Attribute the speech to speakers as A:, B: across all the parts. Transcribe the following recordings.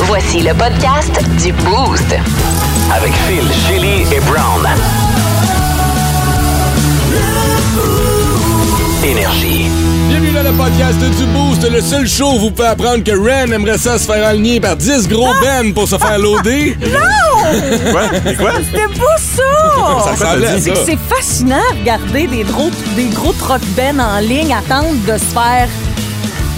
A: Voici le podcast du Boost.
B: Avec Phil, Chili et Brown. Énergie.
C: Bienvenue dans le podcast du Boost, le seul show où vous pouvez apprendre que Ren aimerait ça se faire aligner par 10 gros bennes pour se faire loader.
D: Ah! Non!
C: Quoi? Mais quoi?
D: C'était pas ça!
C: Ça ressemblait à
D: C'est que
C: ça.
D: c'est fascinant de regarder des gros, des gros troc ben en ligne attendre de se faire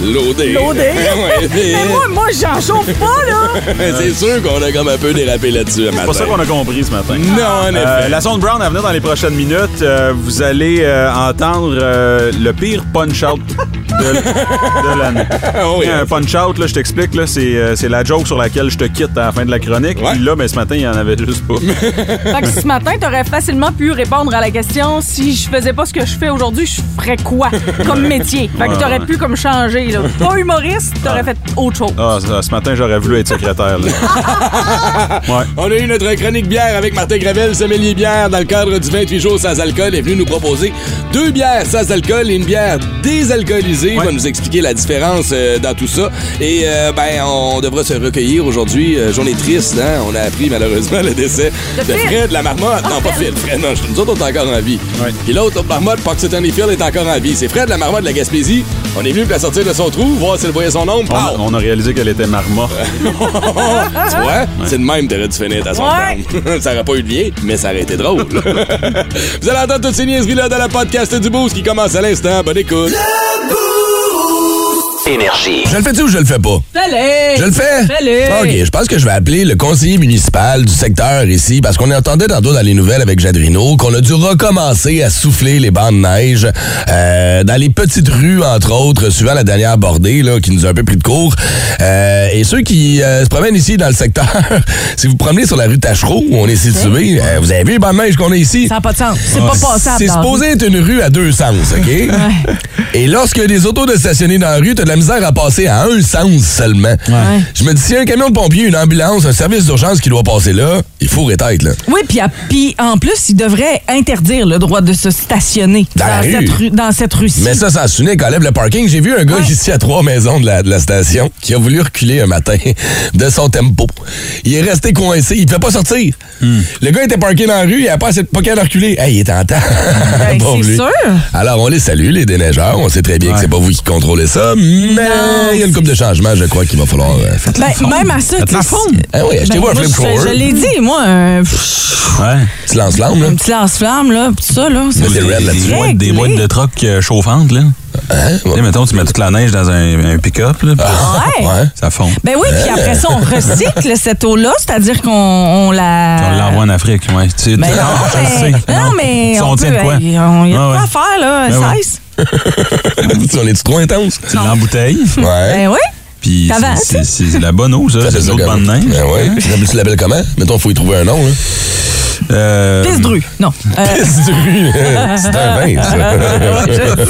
C: Loader.
D: loader.
C: Ouais,
D: Mais moi, moi, j'en chauffe pas, là!
C: C'est sûr qu'on a comme un peu dérapé là-dessus à
E: C'est pas ça qu'on a compris ce matin.
C: Non, en effet.
E: Euh, la sonde Brown à venir dans les prochaines minutes. Euh, vous allez euh, entendre euh, le pire punch-out de, de l'année.
C: Ah oui,
E: Un punch-out, là, je t'explique, là, c'est, euh, c'est la joke sur laquelle je te quitte à la fin de la chronique.
C: Ouais.
E: Puis là, ben, ce matin, il y en avait juste pas.
D: Fait que ce matin, t'aurais facilement pu répondre à la question si je faisais pas ce que je fais aujourd'hui, je ferais quoi comme métier? Fait que t'aurais pu comme changer, là. Pas humoriste, t'aurais fait autre chose.
E: Ah, ce- ce matin, j'aurais voulu être secrétaire. là. ouais.
C: On a eu notre chronique bière avec Martin Gravel, sommelier bière, dans le cadre du 28 jours sans alcool, est venu nous proposer deux bières sans alcool et une bière désalcoolisée. Il va
E: Ouais.
C: nous expliquer la différence euh, dans tout ça. Et euh, ben, on devra se recueillir aujourd'hui. Euh, journée triste, hein? On a appris malheureusement le décès
D: De
C: de,
D: Phil.
C: Fred, la marmotte. non, pas Phil. Fred, non, nous autres, on est encore en vie.
E: Ouais.
C: Et l'autre, l'autre marmotte, Poxeton et Phil, est encore en vie. C'est Fred, la marmotte de la Gaspésie. On est venu pour la sortir de son trou, voir s'il voyait son ombre.
E: On,
C: Pow!
E: on a réalisé qu'elle était marma.
C: Tu vois?
B: Ah.
C: C'est de même, t'aurais dû finir ta
D: Ouais.
C: soirée. ça aurait pas eu de lien, mais ça aurait été drôle. Vous allez entendre toutes ces niaiseries-là dans la podcast du Boost qui commence à l'instant. Bonne écoute.
B: Énergie.
C: Je le fais-tu ou je le fais pas?
D: Allez!
C: Je le fais?
D: Fais-le.
C: OK, je pense que je vais appeler le conseiller municipal du secteur ici parce qu'on entendait tantôt dans les nouvelles avec Jadrino qu'on a dû recommencer à souffler les bancs de neige euh, dans les petites rues, entre autres, suivant la dernière bordée là, qui nous a un peu pris de court. Euh, et ceux qui euh, se promènent ici dans le secteur, si vous vous promenez sur la rue Tachereau où on est situé, euh, vous avez vu les bancs de neige qu'on a ici?
D: Ça
C: Ah,
D: n'a pas de sens. C'est pas passable.
C: C'est
D: dans la
C: supposé être une rue à deux sens, OK? Et lorsque des autos de stationner dans la rue, t'as de la misère à passer à un sens seulement. Je me dis, si un camion de pompier, une ambulance, un service d'urgence qui doit passer là, il faut être là.
F: Oui, puis à- puis en plus, il devrait interdire le droit de se stationner
C: Dans la rue.
F: cette rue, dans cette rue-ci.
C: Mais ça, ça se souvient quand lève le parking. J'ai vu un gars ici à trois maisons de la, de la station qui a voulu reculer un matin de son tempo. Il est resté coincé. Il ne pouvait pas sortir. Le gars était parké dans la rue. Il n'a pas assez de pocket à reculer. Hey, il est en temps. Bon,
F: Ben, c'est
C: lui.
F: sûr.
C: Alors, on les salue, les déneigeurs. On sait très bien que c'est pas vous qui contrôlez ça, mais il y a une coupe de changement, je crois, qu'il va falloir euh, faire.
F: Ben, même à ça, tu sais,
C: Ah oui, achetez-vous
F: ben,
C: un
F: moi, je-
C: flamethrower.
F: Je l'ai dit, moi, un, pff,
G: Ouais.
C: Tu lances l'âme, là.
F: un petit lance-flamme, là, pis tout ça, là. ça,
C: Mais c'est
F: c'est
C: red hein. là-dessus.
G: Des boîtes, des
F: réglé.
G: boîtes de troc euh, chauffantes, là.
F: Hein?
G: Tu sais, mettons, tu mets toute la neige dans un, un pick-up, là, puis
F: Ouais.
C: Ouais.
G: ça fond. Euh,
F: Ben oui, puis après ça, on recycle cette eau-là, c'est-à-dire qu'on on la...
G: On l'envoie en Afrique, Ah, ouais. Tu sais,
F: Euh, Mais
G: tu-
F: non,
G: je le
F: mais,
G: sais.
F: non, mais
G: Ça,
F: on
G: on tient de
F: peut,
G: quoi?
F: hey, on- y a de
G: Ah
F: quoi
G: ouais.
F: à faire, là,
C: Ah
G: Ben oui.
F: 16.
C: on est-tu trop intense?
G: Tu l'embouteilles,
C: Ouais.
F: Ben oui.
G: puis c'est-
F: T'avances.
G: c'est c'est de la bonne eau, ça. C'est de l'eau de bande de neige.
C: Ben ouais. Tu l'appelles- Tu l'appelles comment? Mettons, faut y trouver un nom, hein. là.
G: Euh,
F: Pisse dru. Non. Euh,
C: C'est du- c'est un vin, ça.
F: je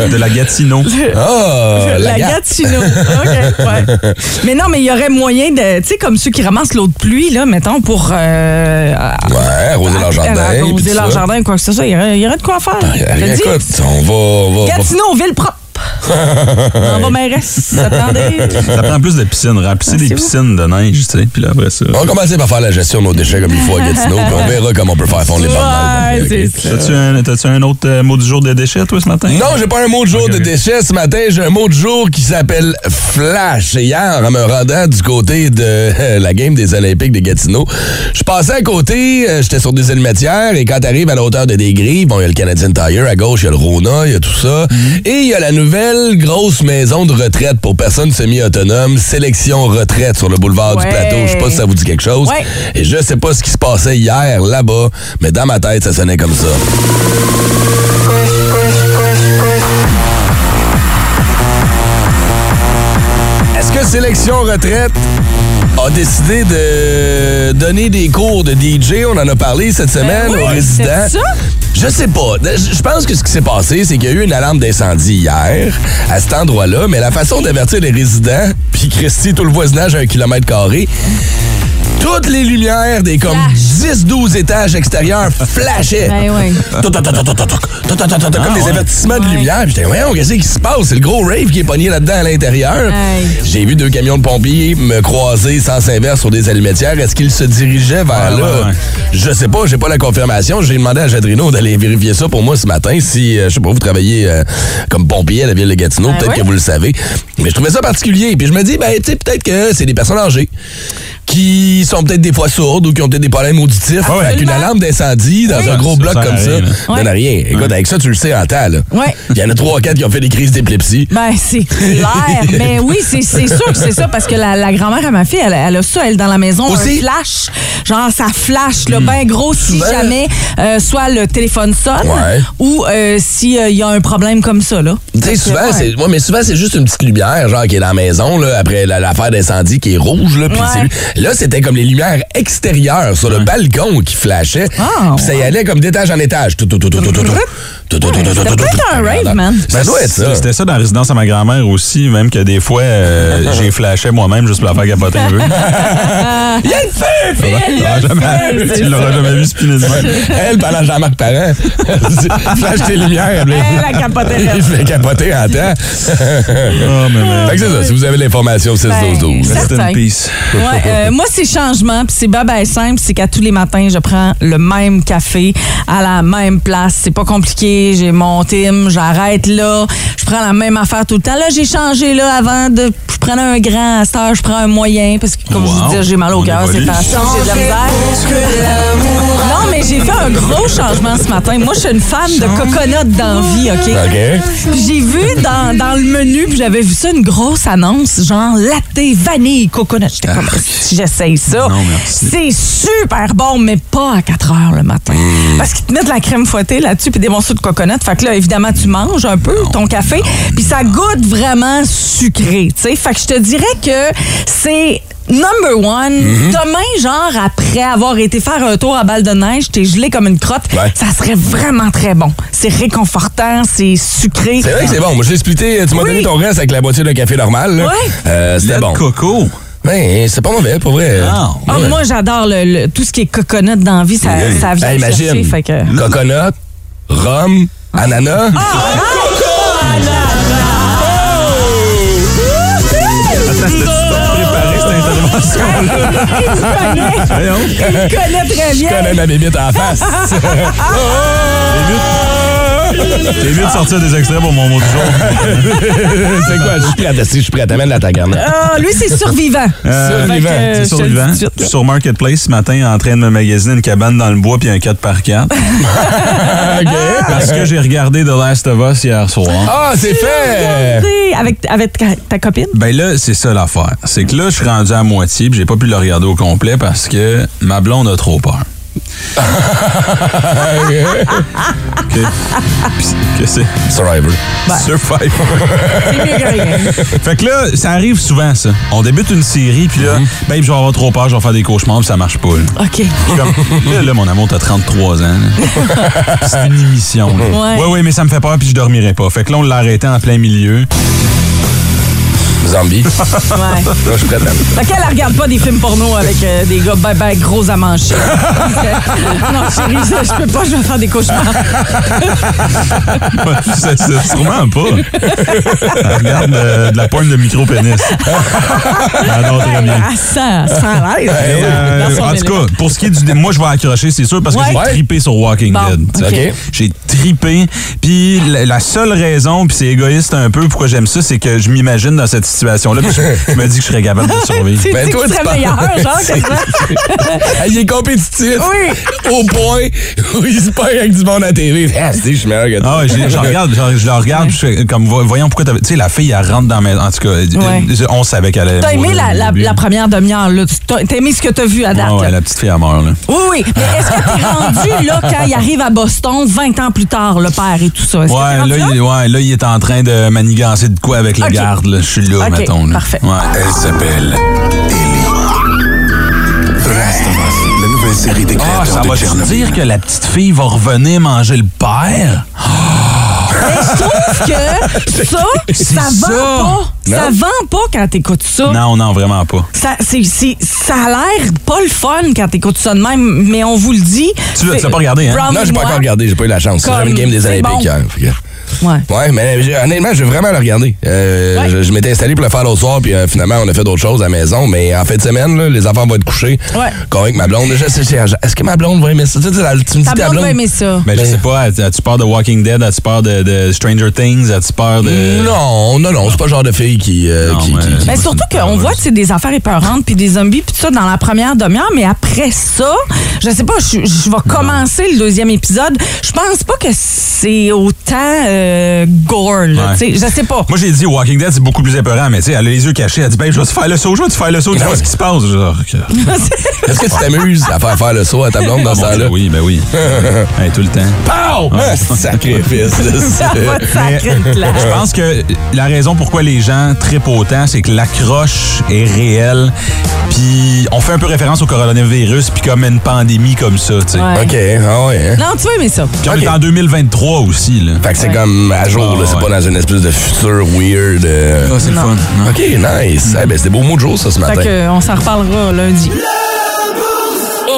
F: sais.
G: de la Gatineau.
C: Ah, la,
F: la
C: gâte.
F: Gatineau. OK, ouais. Mais non, mais il y aurait moyen de. Tu sais, comme ceux qui ramassent l'eau de pluie, là, mettons, pour. euh,
C: Ouais, Hein, arroser leur jardin.
F: à- à-
C: puis
F: arroser
C: tout
F: leur
C: ça. Ah, Ben,
F: jardin, quoi que ce soit. Il y aurait, il y aurait de quoi faire. Je te dis,
C: Écoute, on va. on va-
F: Gatineau, ville propre. On va mairesse. ben, Attendez.
G: Ça prend plus de piscines. Remplissez des
F: Merci
G: piscines de neige, tu sais, puis là, après ça.
C: On va commencer par faire la gestion de nos déchets comme il faut à Gatineau, puis on verra comment on peut faire fondre les bandes. euh,
F: Ouais, c'est ça.
G: T'as-tu un, t'as-tu un autre euh, mot du jour des déchets, toi, ce matin?
C: Non, j'ai pas un mot de jour
G: Ok,
C: de
G: ok.
C: déchet ce matin. J'ai un mot de jour qui s'appelle Flash. Et Hier, en me rendant du côté de euh, la game des Olympiques de Gatineau, je passais à côté, euh, j'étais sur des îles matières, et quand t'arrives à la hauteur de Desgris, bon, il y a le Canadian Tire, à gauche, il y a le Rona, il y a tout ça. Et il y a la nouvelle grosse maison de retraite pour personnes semi-autonomes, Sélection Retraite sur le boulevard du
F: Ouais.
C: Plateau. Je sais pas si ça vous dit quelque chose.
F: Ouais.
C: Et je sais pas ce qui se passait hier là-bas, mais dans ma tête, ça sonnait comme ça. Est-ce que Sélection Retraite a décidé de donner des cours de DJ? On en a parlé cette semaine
F: Ben oui,
C: aux résidents.
F: c'est ça.
C: Je sais pas. Je pense que ce qui s'est passé, c'est qu'il y a eu une alarme d'incendie hier à cet endroit-là, mais la façon d'avertir les résidents, puis Christy, tout le voisinage à un kilomètre carré, Toutes les lumières des comme
D: Flash.
C: 10-12 étages extérieurs flashaient.
F: Ben oui. Ah
C: Toc, toc, toc, toc, toc, toc, toc, toc, toc, toc, Comme des avertissements de
F: Ouais.
C: lumière. Puis J'étais, voyons, qu'est-ce qui se passe? C'est le gros rave qui est pogné là-dedans à l'intérieur.
F: Aïe.
C: J'ai vu deux camions de pompiers me croiser sans inverse sur des allumetières. Est-ce qu'ils se dirigeaient vers
G: Ouais,
C: là?
G: ouais, ouais.
C: Je sais pas, j'ai pas la confirmation. J'ai demandé à Jadrino d'aller vérifier ça pour moi ce matin. Si, euh, je sais pas, vous travaillez euh, comme pompier à la ville de Gatineau,
F: Ben
C: peut-être
F: ouais.
C: que vous le savez. Mais je trouvais ça particulier. Puis je me dis, ben, tu sais, peut-être que c'est des personnes âgées qui sont peut-être des fois sourdes ou qui ont peut-être des problèmes auditifs
G: Ah ouais.
C: avec une
F: Absolument.
C: alarme d'incendie dans un gros
G: Ça
C: bloc
G: sert à
C: comme ça.
G: rien, hein.
C: Ça donne à
F: Ouais.
C: rien. Écoute, avec ça, tu le sais en temps, là.
F: Ouais.
C: Il y en a trois, quatre qui ont fait des crises d'épilepsie.
F: Ben, c'est clair. Mais oui, c'est- c'est sûr que c'est ça, parce que la, la grand-mère à ma fille, elle, elle a ça, elle, dans la maison,
C: Aussi? Hmm.
F: un flash. Genre, ça flash, là, ben gros, si
C: Souvent.
F: jamais, euh, soit le téléphone sonne,
C: Ouais.
F: ou euh, s'il y a un problème comme ça, là.
C: Tu sais, souvent, c'est. ouais, mais souvent, c'est juste une petite lumière, genre, qui est dans la maison, là, après la- l'affaire d'incendie qui est rouge, là. puis
F: Ouais.
C: c'est lui. Là, c'était comme les lumières extérieures sur le balcon qui flashaient.
F: Ah,
C: Puis ça y allait comme d'étage en étage. Tout, tout, tout, tout, tout, tout, tout. Tout, tout, tout, tout,
F: c'était
C: tout,
F: peut-être
C: tout.
F: un rave, man.
C: Ça doit être ça.
G: C'était ça dans la résidence à ma grand-mère aussi, même que des fois, euh, j'ai flashé moi-même juste pour la faire capoter un peu.
C: Il y a le feu!
G: Tu
C: Ah,
G: l'auras jamais- Tu l'auras jamais vu spinner de même.
C: Elle, pendant Jean-Marc Parent, flash tes lumières.
F: Elle, elle capotait, elle.
C: Il fait capoter en temps.
G: Oh, mais man.
C: Fait que c'est ça. Si vous avez l'information, 6 12 12
F: Ben,
G: Rest in
F: Certain.
G: peace.
F: Ouais, euh, moi, c'est changement, puis c'est bah ben simple, c'est qu'à tous les matins, je prends le même café à la même place. C'est pas compliqué, j'ai mon team, j'arrête là, je prends la même affaire tout le temps. Là, j'ai changé là avant de je prenais un grand à cette heure, je prends un moyen parce que comme je vous
G: Wow.
F: disais, j'ai mal au
G: On
F: cœur, Ah, c'est
G: évolue.
F: façon, j'ai de la misère. Non, mais j'ai fait un gros changement ce matin. Moi, je suis une fan de coconut d'envie,
C: OK.
F: puis J'ai vu dans, dans le menu, puis j'avais vu ça, une grosse annonce, genre latte vanille coconut. J'étais comme, si j'essaye ça.
G: Ah, Non, merci.
F: C'est super bon, mais pas à 4 heures le matin.
C: Mm.
F: Parce qu'ils te mettent de la crème fouettée là-dessus, puis des morceaux de coconut. Fait que là, évidemment, tu manges un peu ton café, puis ça goûte vraiment sucré, tu sais. Fait que je te dirais que c'est... Number one,
C: Mm-hmm.
F: demain, genre, après avoir été faire un tour à balle de neige, t'es gelé comme une crotte,
C: Ouais.
F: ça serait vraiment très bon. C'est réconfortant, c'est sucré.
C: C'est vrai que c'est bon. Moi, je l'ai splitté. Tu m'as
F: Oui.
C: donné ton reste avec la boîtier d'un café normal. là.
F: Ouais.
C: Euh, C'était
G: Lait de
C: bon.
G: coco.
C: Ben, c'est pas mauvais, pour vrai.
G: Non.
F: Ah,
C: Ouais.
F: moi, j'adore le, le- tout ce qui est coconut dans la vie. Ça,
C: Hey.
F: ça vient
C: Hey,
F: me chercher.
C: imagine.
F: Fait que...
C: Coconut, rhum, ananas.
F: Ah!
G: Attends, c'était préparé cette intervention. Voyons.
F: Il connaît très
C: Je
F: bien.
C: connais ma bébite en face.
G: T'es vite de sortir des extraits pour mon mot du jour.
C: c'est quoi? Je suis prêt à si je suis prêt à t'amener la tagarne.
F: Ah, lui, c'est survivant.
G: Euh,
C: Survivant.
F: Fait
G: C'est
F: que, euh, je te le
G: survivant.
F: dis tout de
G: Je
F: suite.
G: suis sur Marketplace ce matin en train de me magasiner une cabane dans le bois puis un 4x4.
C: Ah,
G: Parce que j'ai regardé The Last of Us hier soir.
C: Ah, c'est fait!
F: Regardez, Avec, avec ta, ta copine.
G: Ben là, c'est ça l'affaire. C'est que là, je suis rendu à moitié puis j'ai pas pu le regarder au complet parce que ma blonde a trop peur. OK. Puis, Que c'est?
C: Survivor.
G: Survivor.
F: C'est hein. mieux que rien.
G: Fait que là, ça arrive souvent, ça. On débute une série, puis là, ben, je vais avoir trop peur, je vais faire des cauchemars, puis ça marche pas. là.
F: OK.
G: Je suis comme, là, là, mon amour, t'as 33 ans. là. C'est une émission. là.
F: Ouais.
G: ouais, mais ça me fait peur, puis je dormirai pas. Fait que là, on l'a arrêté en plein milieu.
C: Zombie.
F: Ouais.
C: Là, je suis prêt à t'amener.
F: Fait qu'elle elle regarde pas des films porno avec euh, des gars ben, ben gros à manger. non, chérie, ça, je peux pas, je vais faire des cauchemars.
G: c'est, c'est sûrement pas. Elle regarde euh, de la pointe de micro-pénis. Ah non, très bien.
F: À ça, ça a l'air.
G: Et, euh,
F: Dans son
G: en tout
F: élément.
G: cas, pour ce qui est du. dé- Moi, je vais accrocher, c'est sûr, parce que
F: Ouais.
G: j'ai
C: Ouais.
G: trippé sur Walking
F: Bon,
G: Dead.
F: OK.
C: OK.
G: J'ai tripé. Puis la, la seule raison, puis c'est égoïste un peu, pourquoi j'aime ça, c'est que je m'imagine dans cette situation-là. Puis je, je me dis que je serais capable de survivre.
F: C'est
C: Ben,
F: c'est
C: toi,
F: qui
C: tu
F: serait
C: parles.
F: meilleur, genre, que ça.
C: Ah, Il est compétitif.
F: Oui.
C: Au point où il se perd avec du monde à TV. Ah, c'est, je suis meilleur que
G: Ah
C: toi.
G: ouais, j'ai- je regarde, je, je la regarde, puis je fais comme vo- voyons pourquoi t'avais. Tu sais, la fille, elle rentre dans mes. En tout cas, euh, on savait qu'elle allait.
F: T'as aimé
G: mourir
F: la,
G: au
F: la,
G: début.
F: la première demi-heure, là. Tu- T'as t'as aimé ce que t'as vu à date,
G: Ah ouais,
F: là.
G: la petite fille, elle meurt, là.
F: Oui, oui. Mais est-ce que t'es rendu, là, quand il arrive à Boston, 20 ans plus tard, le père et tout ça? Est-ce que t'es
G: Ouais,
F: rendu
G: là, il, ouais, là, il est en train de manigancer de quoi avec le
F: Ok.
G: garde, là. Je suis là,
F: Ok,
G: mettons, là.
F: parfait.
G: Ouais. Ah,
H: Elle s'appelle Ellie. La nouvelle série des
G: Ah,
H: créateurs
G: ça
H: de
G: va te
H: Tchernobyl.
G: dire que la petite fille va revenir manger le père?
F: Mais je trouve que ça, ça
G: ça.
F: vend pas. Ça
C: Non.
F: vend pas quand t'écoutes ça.
G: Non, non, vraiment pas.
F: Ça, c'est, c'est- ça a l'air pas le fun quand t'écoutes ça de même, mais on vous le dit.
G: Tu l'as- tu l'as
F: C'est-
G: pas regardé, hein?
F: Brown
C: Non, j'ai pas
F: et moi,
C: encore regardé, j'ai pas eu la chance.
F: Comme,
C: J'avais une game des
F: c'est
C: Olympiques
F: bon.
C: hier. fait que-
F: Ouais.
C: Ouais, mais euh, j'ai- honnêtement, je vais vraiment le regarder. Euh, je je m'étais installé pour le faire l'autre soir, puis euh, finalement, on a fait d'autres choses à la maison. Mais en fin de semaine, là, les enfants vont être couchés.
F: Ouais.
C: Correct, ma blonde. Je sais- je- Est-ce que ma blonde va aimer ça? Tu, sais, tu la- tu me dis
F: Ta blonde va aimer ça.
G: Mais Ben,
C: Ben.
G: je sais pas, as- as-tu peur de Walking Dead? As-tu peur de, de Stranger Things? As-tu peur de.
C: Non, non, non, c'est pas le genre de fille qui. euh,
G: Non,
C: qui- qui-
G: mais-
C: qui-
F: Mais
G: Moi,
F: surtout
G: c'est une
F: qu'on
G: peur,
F: voit
G: ouais.
F: tu sais, des affaires épeurantes puis des zombies puis tout ça dans la première demi-heure, mais après ça, je sais pas, je je vais commencer le deuxième épisode. Je pense pas que c'est autant euh, gore, là,
G: Ouais.
F: tu sais, je sais pas.
G: Moi, j'ai dit Walking Dead, c'est beaucoup plus épeurant, mais tu sais, elle a les yeux cachés. Elle dit, ben, je vais te faire le saut, je vais te faire le saut, tu vois ce qui se passe. Je dis, Ah, ok.
C: Est-ce que tu t'amuses à faire faire le saut à ta blonde dans ce
G: Bon,
C: temps-là?
G: oui, ben oui. Hey, tout le temps.
C: Pow! Ah, sacrifice. là,
F: Ça
C: c'est-
F: va te sacrer une claque.
G: Je pense que la raison pourquoi les gens trippent autant, c'est que l'accroche est réelle. Puis on fait un peu référence au coronavirus, puis comme une pandémie comme ça, tu sais.
F: Ouais.
C: OK, ah ouais. hein.
F: Non, tu vas aimer ça.
G: Puis on
C: Ok.
G: est en 2023 aussi, là.
C: Fait que c'est comme à jour,
G: Ah,
C: là, c'est
G: ouais.
C: pas dans une espèce de futur weird. euh.
G: Ah, c'est le fun. Non.
C: OK, nice. Eh ben, c'est des beaux mots de jour, ça, ce matin.
F: Fait que, on s'en reparlera lundi.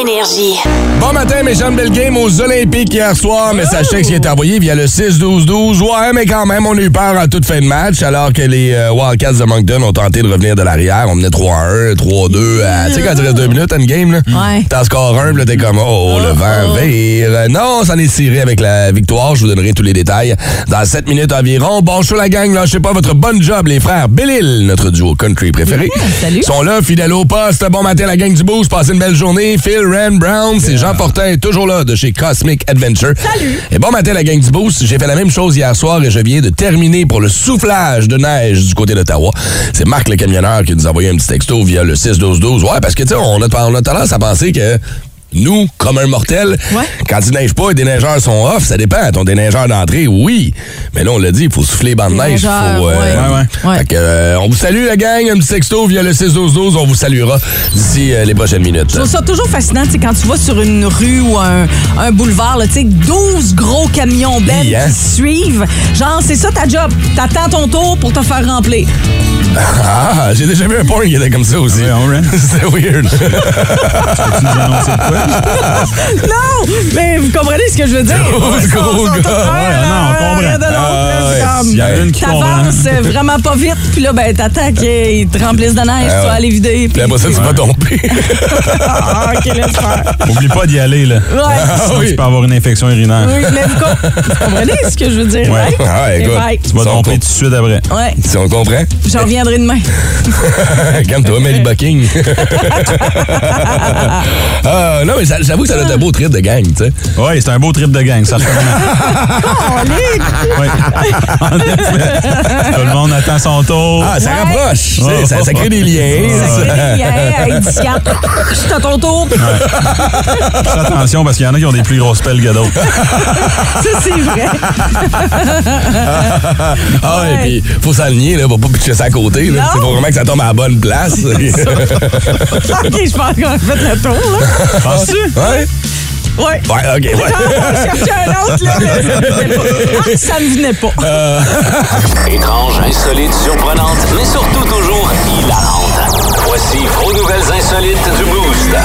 A: Énergie.
C: Bon matin, mes gens de belle game aux Olympiques hier soir. Message texte qui est envoyé via le 6-12-12. Ouais, mais quand même, on a eu peur en toute fin de match alors que les euh, Wildcats de Moncton ont tenté de revenir de l'arrière. On menait 3-1, 3-2. à- Tu sais, quand tu restes deux minutes à une game, là,
F: Ouais.
C: t'en scores un, puis là, t'es comme, oh, le vent vire. Non, on s'en est tiré avec la victoire. Je vous donnerai tous les détails dans 7 minutes environ. Bon show, la gang. Lâchez pas votre bonne job, les frères. Bellil, notre duo country préféré.
F: salut.
C: Sont là, fidèles au poste. Bon matin, la gang du boost. Passez une belle journée. Phil, Ren, Brown, c'est Jean Fortin, toujours là, de chez Cosmic Adventure. Salut. Et bon matin, la gang du boost. J'ai fait la même chose hier soir et je viens de terminer pour le soufflage de neige du côté d'Ottawa. C'est Marc, le camionneur, qui nous a envoyé un petit texto via le 6-12-12. Ouais, parce que, tu sais, on a, on a tendance à penser que nous, comme un mortel,
F: Ouais.
C: quand il neige pas et des neigeurs sont off, ça dépend. Ton déneigeur d'entrée, oui. Mais là, on l'a dit, il faut souffler les bandes de neige.
F: Déneigeur,
C: faut, euh,
F: ouais. Ouais, ouais.
C: Fait que, euh, on vous salue, la gang. Un petit texto via le 6-12-12. On vous saluera d'ici euh, les prochaines minutes.
F: Je trouve ça toujours fascinant, tu sais, quand tu vas sur une rue ou un, un boulevard, là, tu sais, 12 gros camions belles
C: Oui, hein?
F: qui suivent. Genre, c'est ça ta job. T'attends ton tour pour te faire remplir.
C: Ah, j'ai déjà vu un porn qui était comme ça aussi.
G: Ah Ouais, on rend.
C: C'était weird.
F: Non! Mais vous comprenez ce que je veux dire?
C: Gros,
F: Ils sont-
C: gros
F: sont tous
C: gars,
F: un
C: ouais,
G: Ah, non, on
F: à l'arrière
G: comprend.
F: de l'autre,
C: Ah,
F: là, c'est
C: ouais,
F: comme-
G: Il y en a une qui comprend. hein.
F: T'avances euh, vraiment pas vite, puis là, ben, t'attends qu'ils te remplissent de
G: Ah
F: neige, tu vas aller vider.
C: Puis
F: puis-
C: après ça, tu vas tomber.
F: Ah, ok, laisse faire.
G: Oublie pas d'y aller, là.
F: Ouais.
C: Ah
G: Sinon,
C: oui.
G: tu peux avoir une infection urinaire.
F: Oui, mais vous, com- vous comprenez ce que je veux dire?
G: Ouais.
C: Ah ouais,
F: Et
C: écoute.
F: bye.
G: Tu vas
C: Si on
G: tromper
C: com-
G: tout de suite après.
F: Ouais,
C: Si on comprend.
F: j'en reviendrai demain.
C: Calme-toi, Mary Bucking. Ah, non, mais j'a- j'avoue que ça doit être un beau trip de gang, tu sais.
G: Ouais, c'est un beau trip de gang, ça. Ouais. En effet. Tout le monde attend son tour. Oh.
C: Ah, ça
F: Ouais.
C: rapproche. tu sais, Ça, ça crée des liens.
F: Ça
C: ça.
F: crée des liens, hey, dis, Yann, C'est à ton tour.
G: Fais attention parce qu'il y en a qui ont des plus grosses pelles que d'autres.
F: Ça, c'est vrai.
C: Ah, et puis, faut s'aligner, là, pour pas pitcher ça à côté, là.
F: Non.
C: C'est pour vraiment que ça tombe à la bonne place.
F: OK, je pense qu'on a fait le tour, là.
G: Penses-tu?
C: ouais?
F: Ouais.
C: Ouais, ok, ouais.
F: On cherchait un autre, là, mais ça me venait pas. Ah, ça me venait
G: Euh.
F: pas.
B: Étrange, insolite, surprenante, mais surtout toujours hilarante. Voici vos nouvelles insolites du Boost.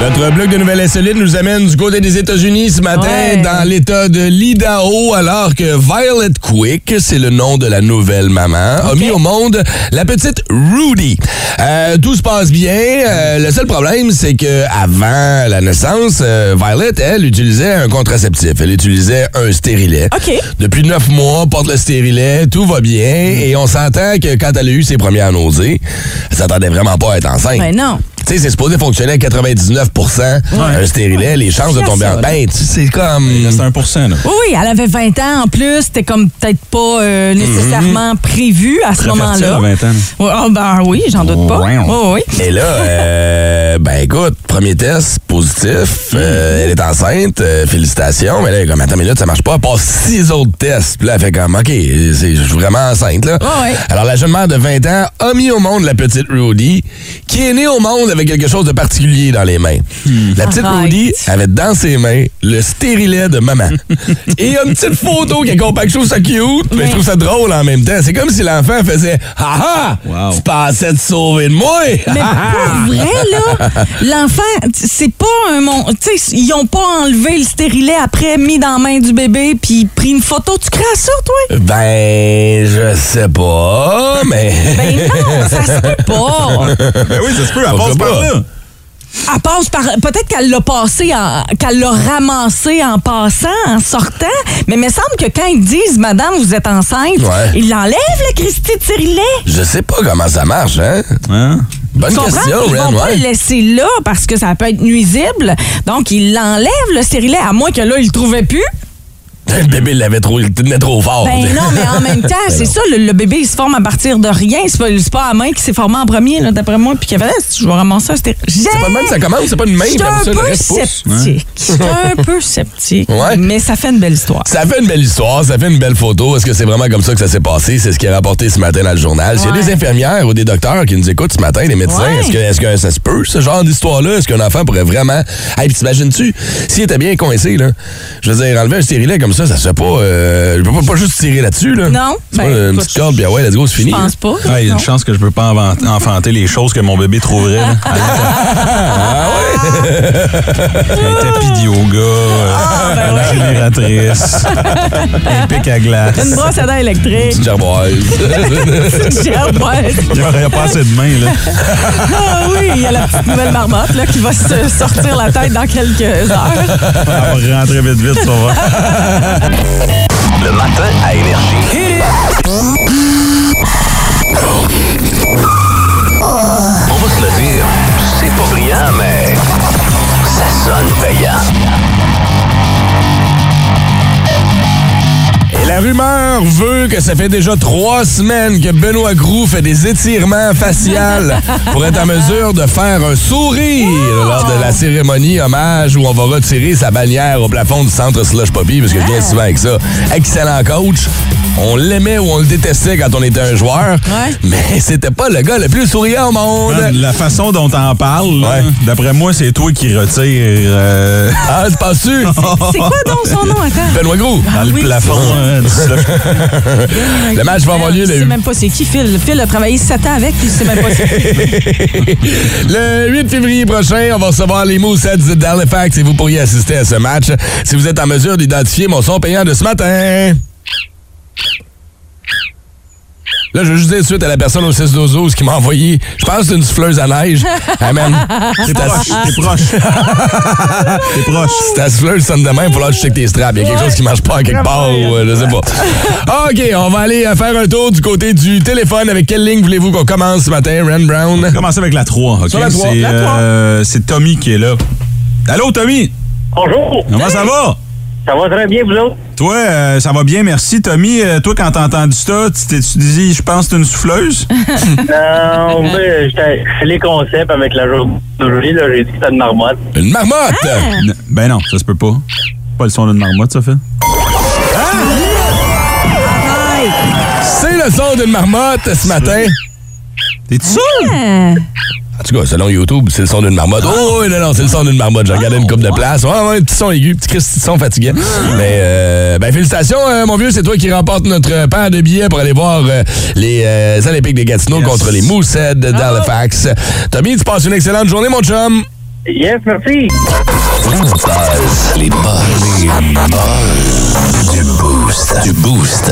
C: Notre bloc de nouvelles insolites nous amène du côté des États-Unis ce matin
F: Ouais.
C: dans l'État de l'Idaho alors que Violet Quick, c'est le nom de la nouvelle maman, a mis au monde la petite Rudy. Euh, tout se passe bien. Euh, le seul problème, c'est que avant la naissance, euh, Violet, elle, utilisait un contraceptif. Elle utilisait un stérilet.
F: OK.
C: Depuis neuf mois, porte le stérilet, tout va bien.
F: Mm.
C: Et on s'entend que quand elle a eu ses premières nausées, elle s'attendait vraiment pas à être enceinte.
F: Ben non.
C: Tu sais, c'est supposé fonctionner à 99 un stérilet, les chances de
F: Fier
C: tomber
F: ça,
C: en
F: là.
C: ben, tu- c'est comme
G: Il reste 1 là.
F: Oui, oui, elle avait 20 ans en plus. C'était comme peut-être pas euh,
G: Mhm.
F: nécessairement prévu à ce
G: Très fertile
F: moment-là.
G: à 20 ans.
F: Ouais, ah, ben oui, j'en doute pas.
G: Ouais.
F: Oh, oui.
C: Et là, euh, ben écoute, premier test positif,
G: Mm.
C: euh, elle est enceinte, euh, félicitations, mais là, elle est comme attends une minute, ça marche pas, elle passe six autres tests, puis là, elle fait comme ok, c'est je suis vraiment enceinte là.
F: Ouais, ouais.
C: Alors la jeune mère de 20 ans a mis au monde la petite Rudy, qui est née au monde avait quelque chose de particulier dans les mains. La petite
F: Hmm. Arrête.
C: Maudie avait dans ses mains le stérilet de maman. Et il y a une petite photo qui accompagne. Je trouve ça cute, mais je trouve ça drôle en même temps. C'est comme si l'enfant faisait « Ah ah!
G: Wow.
C: Tu pensais te sauver de moi!
F: Mais pour vrai, là, l'enfant, t- c'est pas un mon. Tu sais, ils ont pas enlevé le stérilet après, mis dans la main du bébé, puis pris une photo. Tu crées ça, toi?
C: Ben, je sais pas, mais...
F: Ben non, ça se peut pas.
G: Ben oui, ça se peut, elle
C: On
G: passe
C: sait
G: par
C: pas.
G: là.
F: Elle passe par. Peut-être qu'elle l'a passé, en- qu'elle l'a ramassé en passant, en sortant. Mais il me semble que quand ils disent, Madame, vous êtes enceinte,
C: Ouais.
F: ils l'enlèvent, le Christy de stérilet.
C: Je sais pas comment ça marche, hein?
G: Hein?
C: Bonne
F: Tu comprends?
C: question,
F: ils
C: Ren,
F: vont pas
C: ouais.
F: le laisser là parce que ça peut être nuisible. Donc, ils l'enlèvent, le stérilet, à moins que là, ils le trouvaient plus.
C: Le bébé l'avait trop, il tenait trop fort.
F: Ben non, mais en même temps, c'est ça, le, le bébé, il se forme à partir de rien. C'est pas, c'est pas à main qui s'est formée en premier, là, d'après moi, puis qu'il avait, je vais ramasser un stérilet.
C: C'est pas le même que ça commence, c'est pas une main.
F: J'étais
C: comme
F: un
C: ça, le
F: peu
C: reste pousse.
F: sceptique. J'étais un peu sceptique.
C: Ouais.
F: Mais ça fait une belle histoire.
C: Ça fait une belle histoire, ça fait une belle photo. Est-ce que c'est vraiment comme ça que ça s'est passé? C'est ce qui est rapporté ce matin dans le journal. S'il y a
F: Ouais.
C: des infirmières ou des docteurs qui nous écoutent ce matin, des médecins,
F: Ouais.
C: est-ce que, est-ce que ça se peut, ce genre d'histoire-là? Est-ce qu'un enfant pourrait vraiment. Hey, puis t'imagines-tu, s'il était bien coincé, là, je veux dire, enlever un stérilet comme ça, ça se fait pas. euh, je peux pas, pas juste tirer là-dessus, là.
F: Non,
C: C'est
F: ben,
C: pas une
F: écoute,
C: petite corde, puis ah ouais, let's go, c'est
F: Je
C: fini.
F: pense pas.
G: Ah, Il y a
F: non.
G: une chance que je peux pas inventer- enfanter les choses que mon bébé trouverait. hein. là.
F: Ah
G: Un tapis de yoga, euh,
F: ben
G: la génératrice, un pic à glace.
F: Une brosse à dents électrique.
C: Petite gerboise.
F: une gerbe, ouais.
G: Il n'y aurait pas assez de main, là.
F: Ah oui, il y a la petite nouvelle marmotte là, qui va se sortir la tête dans quelques heures.
G: Elle va rentrer vite, vite, ça va.
B: Le matin à Énergie. On va se le dire, c'est pas brillant, mais ça sonne payant.
C: Et la rumeur veut que ça fait déjà trois semaines que Benoît Groux fait des étirements faciales pour être en mesure de faire un sourire lors de la cérémonie hommage où on va retirer sa bannière au plafond du centre Slush Poppy, parce que je viens souvent avec ça. Excellent coach. On l'aimait ou on le détestait quand on était un joueur,
F: Ouais.
C: mais c'était pas le gars le plus souriant au monde.
G: Man, La façon dont t'en parles, là,
C: Ouais.
G: d'après moi, c'est toi qui retire euh,
C: Ah, tu penses-tu?
F: C'est quoi donc son nom? Attends. Ah
C: Benoît Groux.
G: dans le
F: oui,
G: plafond. hein, du slush.
C: Le match va avoir lieu
F: Je
C: le
F: sais même pas c'est qui. Phil, Phil a travaillé 7 ans avec, puis je sais même pas c'est qui.
C: Le 8 février prochain, on va recevoir les Mooseheads d'Halifax et vous pourriez assister à ce match si vous êtes en mesure d'identifier mon son payant de ce matin. Là, je veux juste dire suite à la personne au 6 12 qui m'a envoyé, je pense, que c'est une souffleuse à neige. Amen. C'est ta,
G: proche, t'es proche. t'es proche.
C: c'est ta souffleuse sonne de même pour que tu checkes tes straps. Il y a quelque chose qui marche pas quelque part ou euh, je sais pas. OK, on va aller euh, faire un tour du côté du téléphone. Avec quelle ligne voulez-vous qu'on commence ce matin, Ren Brown?
G: Commencez avec la 3, OK?
C: Sur la trois.
G: C'est,
C: La trois.
G: euh, c'est Tommy qui est là. Allô, Tommy?
I: Bonjour.
G: Comment ça va?
I: Ça va très bien, vous autres?
G: Toi, euh, ça va bien, merci. Tommy, euh, toi, quand t'as entendu ça, tu t'es tu dis, je pense que c'est une souffleuse?
I: Non, mais j'étais les concepts avec la journée d'aujourd'hui, là, j'ai dit que c'était une marmotte. Ah!
C: Une marmotte!
F: Ah!
G: N- ben non, ça se peut pas. Pas le son d'une marmotte, ça fait.
C: Hein? C'est le son d'une marmotte ce matin.
G: T'es sûr?
C: En tout cas, selon YouTube, c'est le son d'une marmotte.
G: Ah.
C: Oh, oui, non, non, c'est le son d'une marmotte. J'ai regardé une coupe de place. Ouais, ouais, petit son aigu, petit Christ, petit son fatigué.
G: Ah.
C: Mais, euh, ben, félicitations, euh, mon vieux. C'est toi qui remporte notre paire de billets pour aller voir euh, les euh, Olympiques de Gatineau
G: Yes. Ah.
C: contre les Mooseheads d'Halifax. Tommy, tu passes une excellente journée, mon chum.
I: Yes, merci.
B: Les buzz. Les buzz. Du boost. Du boost.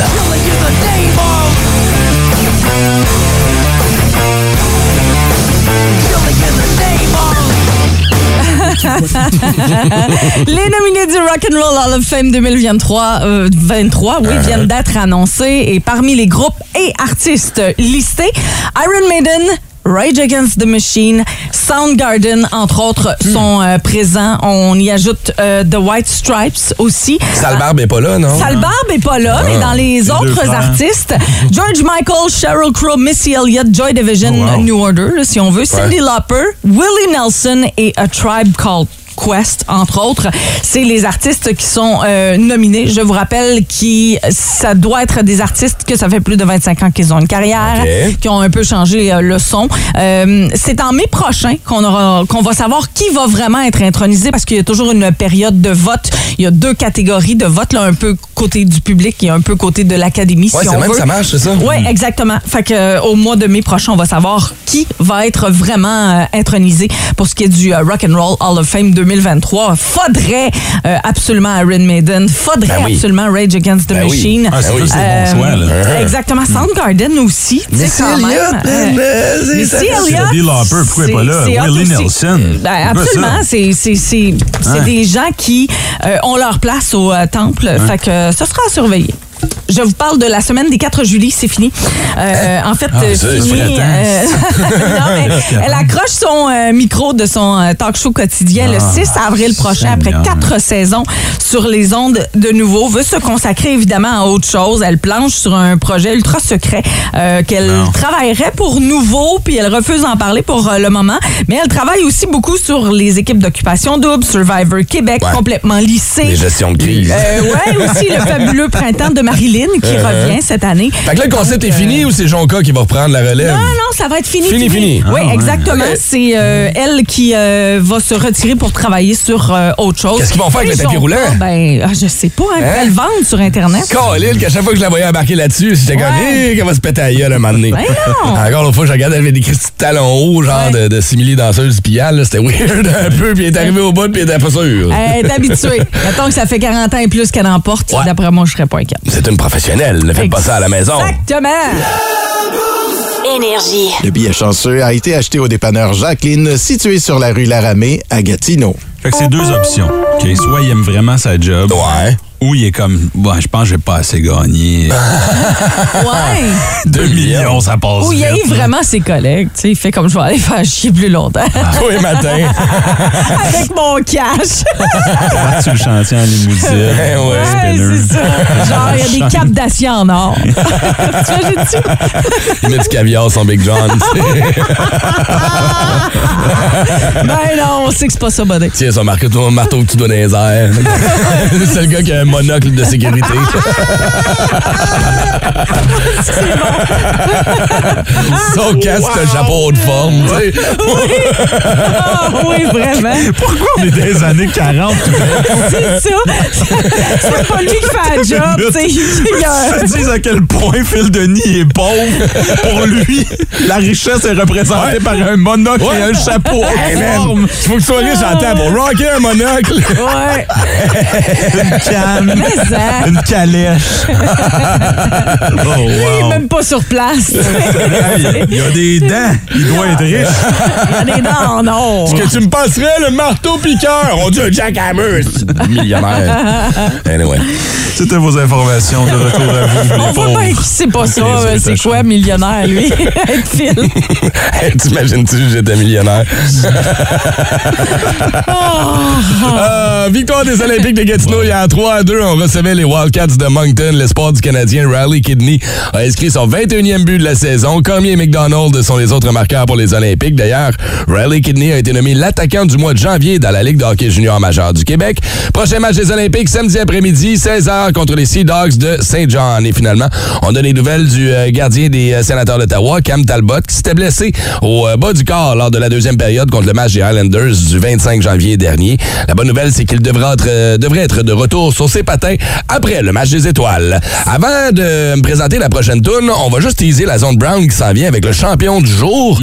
F: Les nominés du Rock and Roll Hall of Fame 2023 euh, 23, oui,
C: Uh-huh.
F: viennent d'être annoncés et parmi les groupes et artistes listés, Iron Maiden, Rage Against the Machine, Soundgarden, entre autres,
C: Hmm.
F: sont euh, présents. On y ajoute euh, The White Stripes aussi.
C: Salbarbe est pas là, non? hein. Ah,
F: Salbarbe est pas là, mais dans les, autres
G: frères.
F: artistes, George Michael, Sheryl Crow, Missy Elliott, Joy Division,
G: Oh, wow.
F: New Order, là, si on veut, Cindy Lauper, Willie Nelson et A Tribe Called Quest, entre autres. C'est les artistes qui sont euh, nominés. Je vous rappelle que ça doit être des artistes que ça fait plus de 25 ans qu'ils ont une carrière,
C: Ok.
F: qui ont un peu changé euh, le son. Euh, c'est en mai prochain qu'on aura, qu'on va savoir qui va vraiment être intronisé parce qu'il y a toujours une période de vote. Il y a deux catégories de vote, là, un peu côté du public et un peu côté de l'académie,
C: Ouais,
F: si
C: c'est
F: on
C: même
F: veut.
C: ça marche, c'est ça? Hmm.
F: Oui, exactement. Fait que euh, au mois de mai prochain, on va savoir qui va être vraiment euh, intronisé pour ce qui est du euh, Rock and Roll Hall of Fame 2023. Faudrait euh, absolument Iron Maiden, faudrait
C: Ben oui.
F: absolument Rage Against the
C: Ben oui.
F: Machine.
G: Ah, c'est tous des bons choix, là.
F: Euh, Exactement, Soundgarden aussi. tu sais,
C: Missy
F: quand même.
C: Hmm. Elliott,
F: Euh,
C: man, euh, c'est-
F: Missy
C: ça-
F: Elliott,
G: Cyndi Lauper, pourquoi elle est pas là?
F: c'est- c'est hot
G: Willie
F: aussi.
G: Nelson.
F: Ben,
G: C'est quoi
F: absolument,
G: ça?
F: c'est c'est- c'est- c'est
G: Hein?
F: des gens qui euh, ont leur place au euh, temple. Fait que euh, ça sera à surveiller. Je vous parle de la semaine des 4 juillet, c'est fini. Euh, en
G: Ah,
F: fait, euh,
C: c'est
F: fini,
G: vrai,
F: euh, non, mais elle accroche son euh, micro de son euh, talk show quotidien
G: Ah.
F: le 6 avril prochain, après
G: Seigneur.
F: quatre quatre saisons sur les ondes de nouveau, veut se consacrer évidemment à autre chose. Elle planche sur un projet ultra secret euh, qu'elle
G: Non.
F: travaillerait pour nouveau, puis elle refuse d'en parler pour euh, le moment. Mais elle travaille aussi beaucoup sur les équipes d'occupation double, Survivor Québec,
C: Ouais.
F: complètement
C: Les
F: lissé.
C: gestions de crise.
F: Euh, ouais, aussi le fabuleux printemps de Marilyn qui revient cette année.
C: Eh, Euh. Fait que là, le concept
F: Donc, euh,
C: est fini ou c'est Jonca qui va reprendre la relève?
F: non, non, ça va être fini.
C: Fini, fini.
G: Ah,
F: Oui,
G: ouais.
F: exactement.
C: Ok.
F: C'est euh, elle qui euh, va se retirer pour travailler sur euh, autre chose.
C: Qu'est-ce qu'ils vont faire avec
F: Et
C: le tapis
F: son
C: roulant?
F: corps, Ben, ah, je sais pas. Hein,
C: Hein?
F: Ils veulent vendre sur Internet.
C: Colin, qu'à chaque fois que je la voyais embarquer là-dessus, c'était comme,
F: Ouais.
C: hé, qu'elle va se péter à gueule un moment donné.
F: Ben non.
C: Encore une fois, je regardais, elle avait des cristis de talons hauts, genre
F: Ouais.
C: de, de simili danseuse pial. C'était weird un peu, puis elle est arrivée au bout, puis elle était pas sûre.
F: Elle est habituée. Mettons que ça fait 40 ans et plus qu'elle en porte.
C: Ouais.
F: D'après moi, je serais pas inquiète.
C: C'est une professionnelle, ne faites pas ça à la maison.
F: Exactement.
A: Énergie.
H: Le billet chanceux a été acheté au dépanneur Jacqueline, situé sur la rue Laramée, à Gatineau.
G: Fait que c'est deux options. OK, soit il aime vraiment sa job,
C: Ouais.
G: ou il est comme, ouais, je pense que j'ai pas assez gagné.
H: Ben,
F: Ouais.
G: 2 millions, ça passe.
F: Ou il
G: vite,
F: eu
G: là.
F: vraiment ses collègues. Tu sais, il fait comme je vais aller faire chier plus longtemps.
C: Tous les matins.
F: Avec mon cash.
G: Pas sur le chantier en limousine.
C: Ouais, ouais.
F: Ouais, c'est ça. Genre, il y a des capes d'acier en or. tu imagines-tu?
C: Il met du caviar son Big John. tu sais.
F: Ben non, on sait que c'est pas ça, Bonnet.
C: Tiens, son marque- ton marteau que tu dois dans les airs. C'est le gars qui a un monocle de sécurité. Son casque, c'est un chapeau de forme. tu sais.
F: Ah oui, vraiment.
G: Pourquoi on est dans les années 40?
F: C'est ça. C'est pas lui qui fait la job. tu sais. Il y a-
G: Ils disent à quel point Phil Denis est pauvre. Pour lui, la richesse est représentée par un monocle et un chapeau.
C: Hey, man,
G: énorme.
C: faut que tu sois riche en temps
F: Ah.
C: pour rocker un monocle.
F: Ouais.
G: Une canne.
F: Mais ça.
G: Une calèche. oh,
F: Il est
G: wow.
F: même pas sur place.
G: Hey, Il a des dents. Il doit être riche.
F: Il est dans en or.
C: que tu me passerais le marteau piqueur? On dit un jackhammer. c'est Millionnaire. Anyway.
G: C'était vos informations de retour à vous, les
F: On voit bien
G: pauvres.
F: qu'il sait pas
C: Oh,
F: ça.
G: Les yeux
F: euh, C'est
G: tachés.
F: quoi, millionnaire, lui? Avec Phil.
C: Hey, T'imagines-tu que j'étais millionnaire? Euh, victoire des Olympiques de Gatineau hier 3 à 2. On recevait les Wildcats de Moncton. L'espoir du Canadien Riley Kidney a inscrit son 21e but de la saison. Cormier et McDonald sont les autres marqueurs pour les Olympiques. D'ailleurs, Riley Kidney a été nommé l'attaquant du mois de janvier dans la Ligue de hockey junior majeur du Québec. Prochain match des Olympiques samedi après-midi, 16h contre les Sea Dogs de Saint-Jean. Et finalement, on a des nouvelles du euh, gardien des euh, sénateurs d'Ottawa, Cam Talbot, qui s'était blessé au euh, bas du corps lors de la deuxième période contre le match des Highlanders du 25 janvier dernier. La bonne nouvelle, c'est qu'il devra être, euh, devrait être de retour sur ses patins après le match des étoiles. Avant de me présenter la prochaine tourne, on va juste teaser la zone Brown qui s'en vient avec le champion du jour.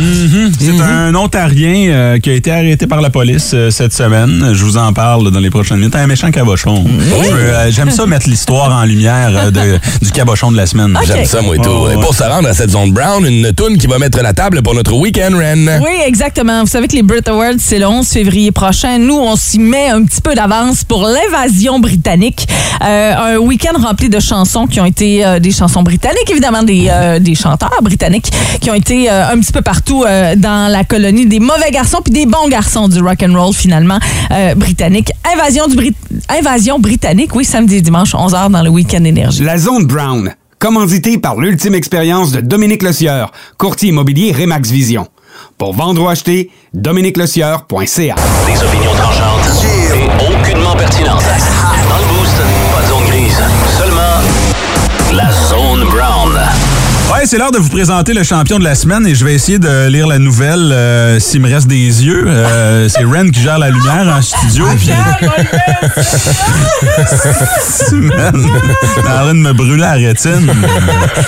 G: C'est un Ontarien euh, qui a été arrêté par la police euh, cette semaine. Je vous en parle dans les prochaines minutes. Un méchant cabochon. Je veux, euh, J'aime ça mettre l'histoire en lumière euh, de- du cabochon de la semaine. Ah,
C: J'aime ça, moi et tout.
G: Ouais, ouais.
C: Et pour se rendre à cette zone Brown, une tourne qui va mettre la table pour notre week-end, Ren.
F: Oui, exactement. Vous savez que les Brit Awards, c'est le 11 février prochain. Nous, on s'y met un petit peu d'avance pour l'invasion britannique. Euh, un week-end rempli de chansons qui ont été euh, des chansons britanniques, évidemment, des, euh, des chanteurs britanniques qui ont été euh, un petit peu partout euh, dans la colonie des mauvais garçons puis des bons garçons du rock and roll finalement euh, britannique. Invasion du Brit- invasion britannique, oui, samedi et dimanche 11h dans le week-end énergie.
J: La Zone Brown, commandité par l'ultime expérience de Dominique Lecieur, courtier immobilier Remax Vision. Pour vendre ou acheter, dominiquelecieur.ca.
B: Des opinions tranchantes et aucunement pertinentes. Dans le boost, pas de zone grise, seulement la zone brown.
G: Ouais, c'est l'heure de vous présenter le champion de la semaine et je vais essayer de lire la nouvelle euh, s'il me reste des yeux. Euh, c'est Ren qui gère la lumière en studio.
F: Ah,
G: puis- Semaine. Elle a l'air de me brûler la rétine.
F: Mais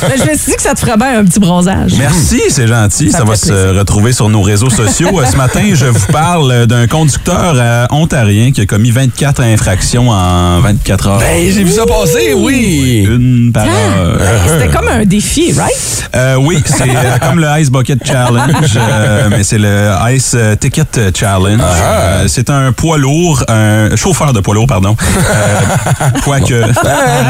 F: Ben, je me suis dit que ça te ferait bien un petit bronzage.
G: Merci, c'est gentil. Ça,
F: me
G: va
F: fait
G: se retrouver sur nos réseaux sociaux. Euh, Ce matin, je vous parle d'un conducteur euh, ontarien qui a commis 24 infractions en 24 heures.
C: Ben, j'ai vu ça passer, oui.
G: Une par
C: euh,
G: heure.
F: C'était comme un défi, right?
G: Euh, oui, c'est euh, comme le Ice Bucket Challenge, euh, mais c'est le Ice euh, Ticket Challenge. Euh, c'est un poids lourd, un chauffeur de poids lourd, pardon. Euh, Quoique, euh,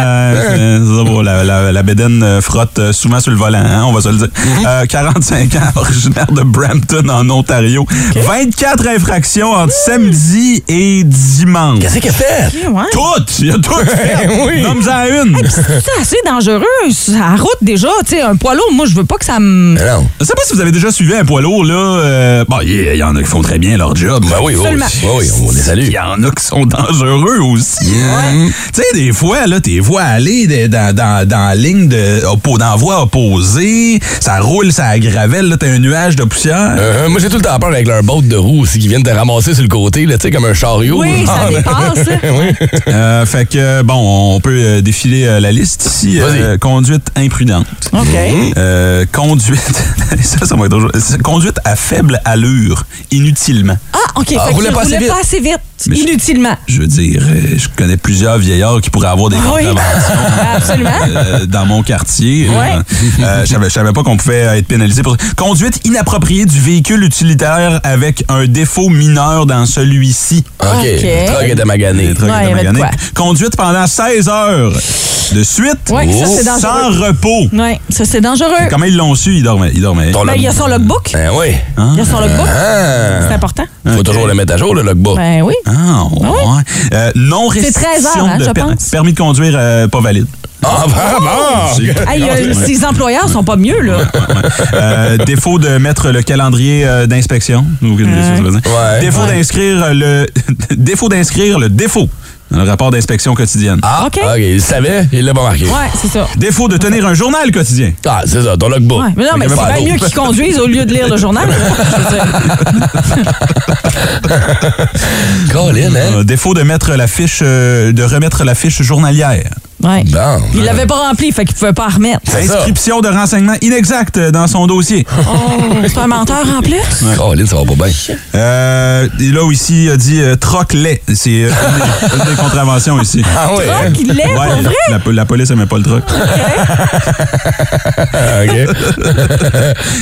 G: euh, bon, la, la, la bédaine euh, frotte euh, souvent sur le volant, hein, on va se le dire. Euh, 45 ans, originaire de Brampton, en Ontario. 24 infractions entre samedi et dimanche.
C: Qu'est-ce qu'elle fait?
F: Ok, ouais.
G: Toutes! Il y a toutes! oui. Nomme-en une!
F: C'est assez dangereux. La route, déjà, tu sais, un poids lourd, moi, je veux pas que ça me.
C: Ben Non.
G: Je sais pas si vous avez déjà suivi un poids lourd, là. euh, bon, il y, il y en a qui font très bien leur job.
C: Ben oui, oui,
F: Seulement.
C: oui, oui, on les salue.
G: Il y en a qui sont dangereux aussi. hein. Tu sais, des fois, là, t'es vois aller de- dans, dans, dans la ligne de, oppo- dans la voie opposée, ça roule, ça gravelle, là, t'as un nuage de poussière.
C: Euh, moi, j'ai tout le temps peur avec leur botte de roue aussi qui viennent te ramasser sur le côté, là, tu sais, comme un chariot.
F: Oui, ça
C: Ah,
F: dépasse. là.
G: Euh, fait que, bon, on peut euh, défiler euh, la liste ici.
C: Vas-y.
G: Euh, conduite imprudente.
F: OK.
G: Euh, conduite... ça, ça va être drôle. Conduite à faible allure, inutilement.
F: Ah, OK.
C: Ah,
F: fait que
C: roulez
F: tu
C: pas assez
F: roulais
C: vite.
F: pas assez vite.
G: Mais je-
F: Inutilement.
G: Je veux dire, euh, je connais plusieurs vieillards qui pourraient avoir des
F: Ah Oui.
G: contraventions
F: Absolument.
G: euh, dans mon quartier.
F: Hein? Ouais.
G: Euh, je savais- je savais pas qu'on pouvait euh, être pénalisé pour conduite inappropriée du véhicule utilitaire avec un défaut mineur dans celui-ci.
C: OK.
F: Ok.
C: Drogue et de magané.
G: Les trucs
F: Ouais,
G: de
F: il y avait de
G: magané. Conduite pendant 16 heures de suite,
F: Ouais, ça,
C: Oh,
F: c'est
G: sans
F: dangereux.
G: repos.
F: Oui, ça, c'est dangereux.
G: Comment ils l'ont su? Ils dormaient. Ils dormaient. Hein?
C: Ton
F: Ben,
C: log-
F: il y a son logbook.
C: Ben oui.
F: Il y a son logbook.
C: Ah.
F: C'est important.
C: Faut toujours le mettre à jour, le logbook.
F: Ben oui.
G: Ah, ouais. Euh, non
F: C'est 13 heures,
G: restitution
F: hein,
G: de
F: je
G: per-
F: pense.
G: permis de conduire euh, pas valide.
C: Ah, bah, bah.
F: Hey, euh, ses employeurs sont pas mieux, là.
G: Euh, défaut de mettre le calendrier euh, d'inspection. Aucune idée ce que ça veut dire.
C: Ouais.
G: Défaut d'inscrire euh, le défaut d'inscrire le défaut dans le rapport d'inspection quotidienne.
C: Ah,
F: OK.
C: OK. Il le savait, il l'a pas marqué.
F: Ouais, c'est ça.
G: Défaut de tenir un journal quotidien.
C: Ah, c'est ça, ton logbook.
F: Ouais, mais non, mais c'est
C: pas
F: pas
C: d'autre.
F: mieux qu'ils conduisent au lieu de lire le journal. là. Je veux dire.
C: Colin, hein?
G: Euh, défaut de mettre la fiche euh, de remettre la fiche journalière.
F: Ouais.
C: Bon. ben.
F: Il l'avait pas rempli, fait qu'il pouvait pas en remettre.
C: C'est ça.
G: Inscription de renseignements inexacts euh, dans son dossier.
F: Oh, c'est un menteur en plus?
C: Colin, ça va pas bien.
G: Euh, et là aussi, il a dit euh, troc-les. C'est euh, une, des- une des contraventions ici.
C: Ah oui, hein?
F: Qu'il l'est,
G: Ouais,
F: pour vrai?
G: la, la police aimait pas le troc.
C: Ah, OK.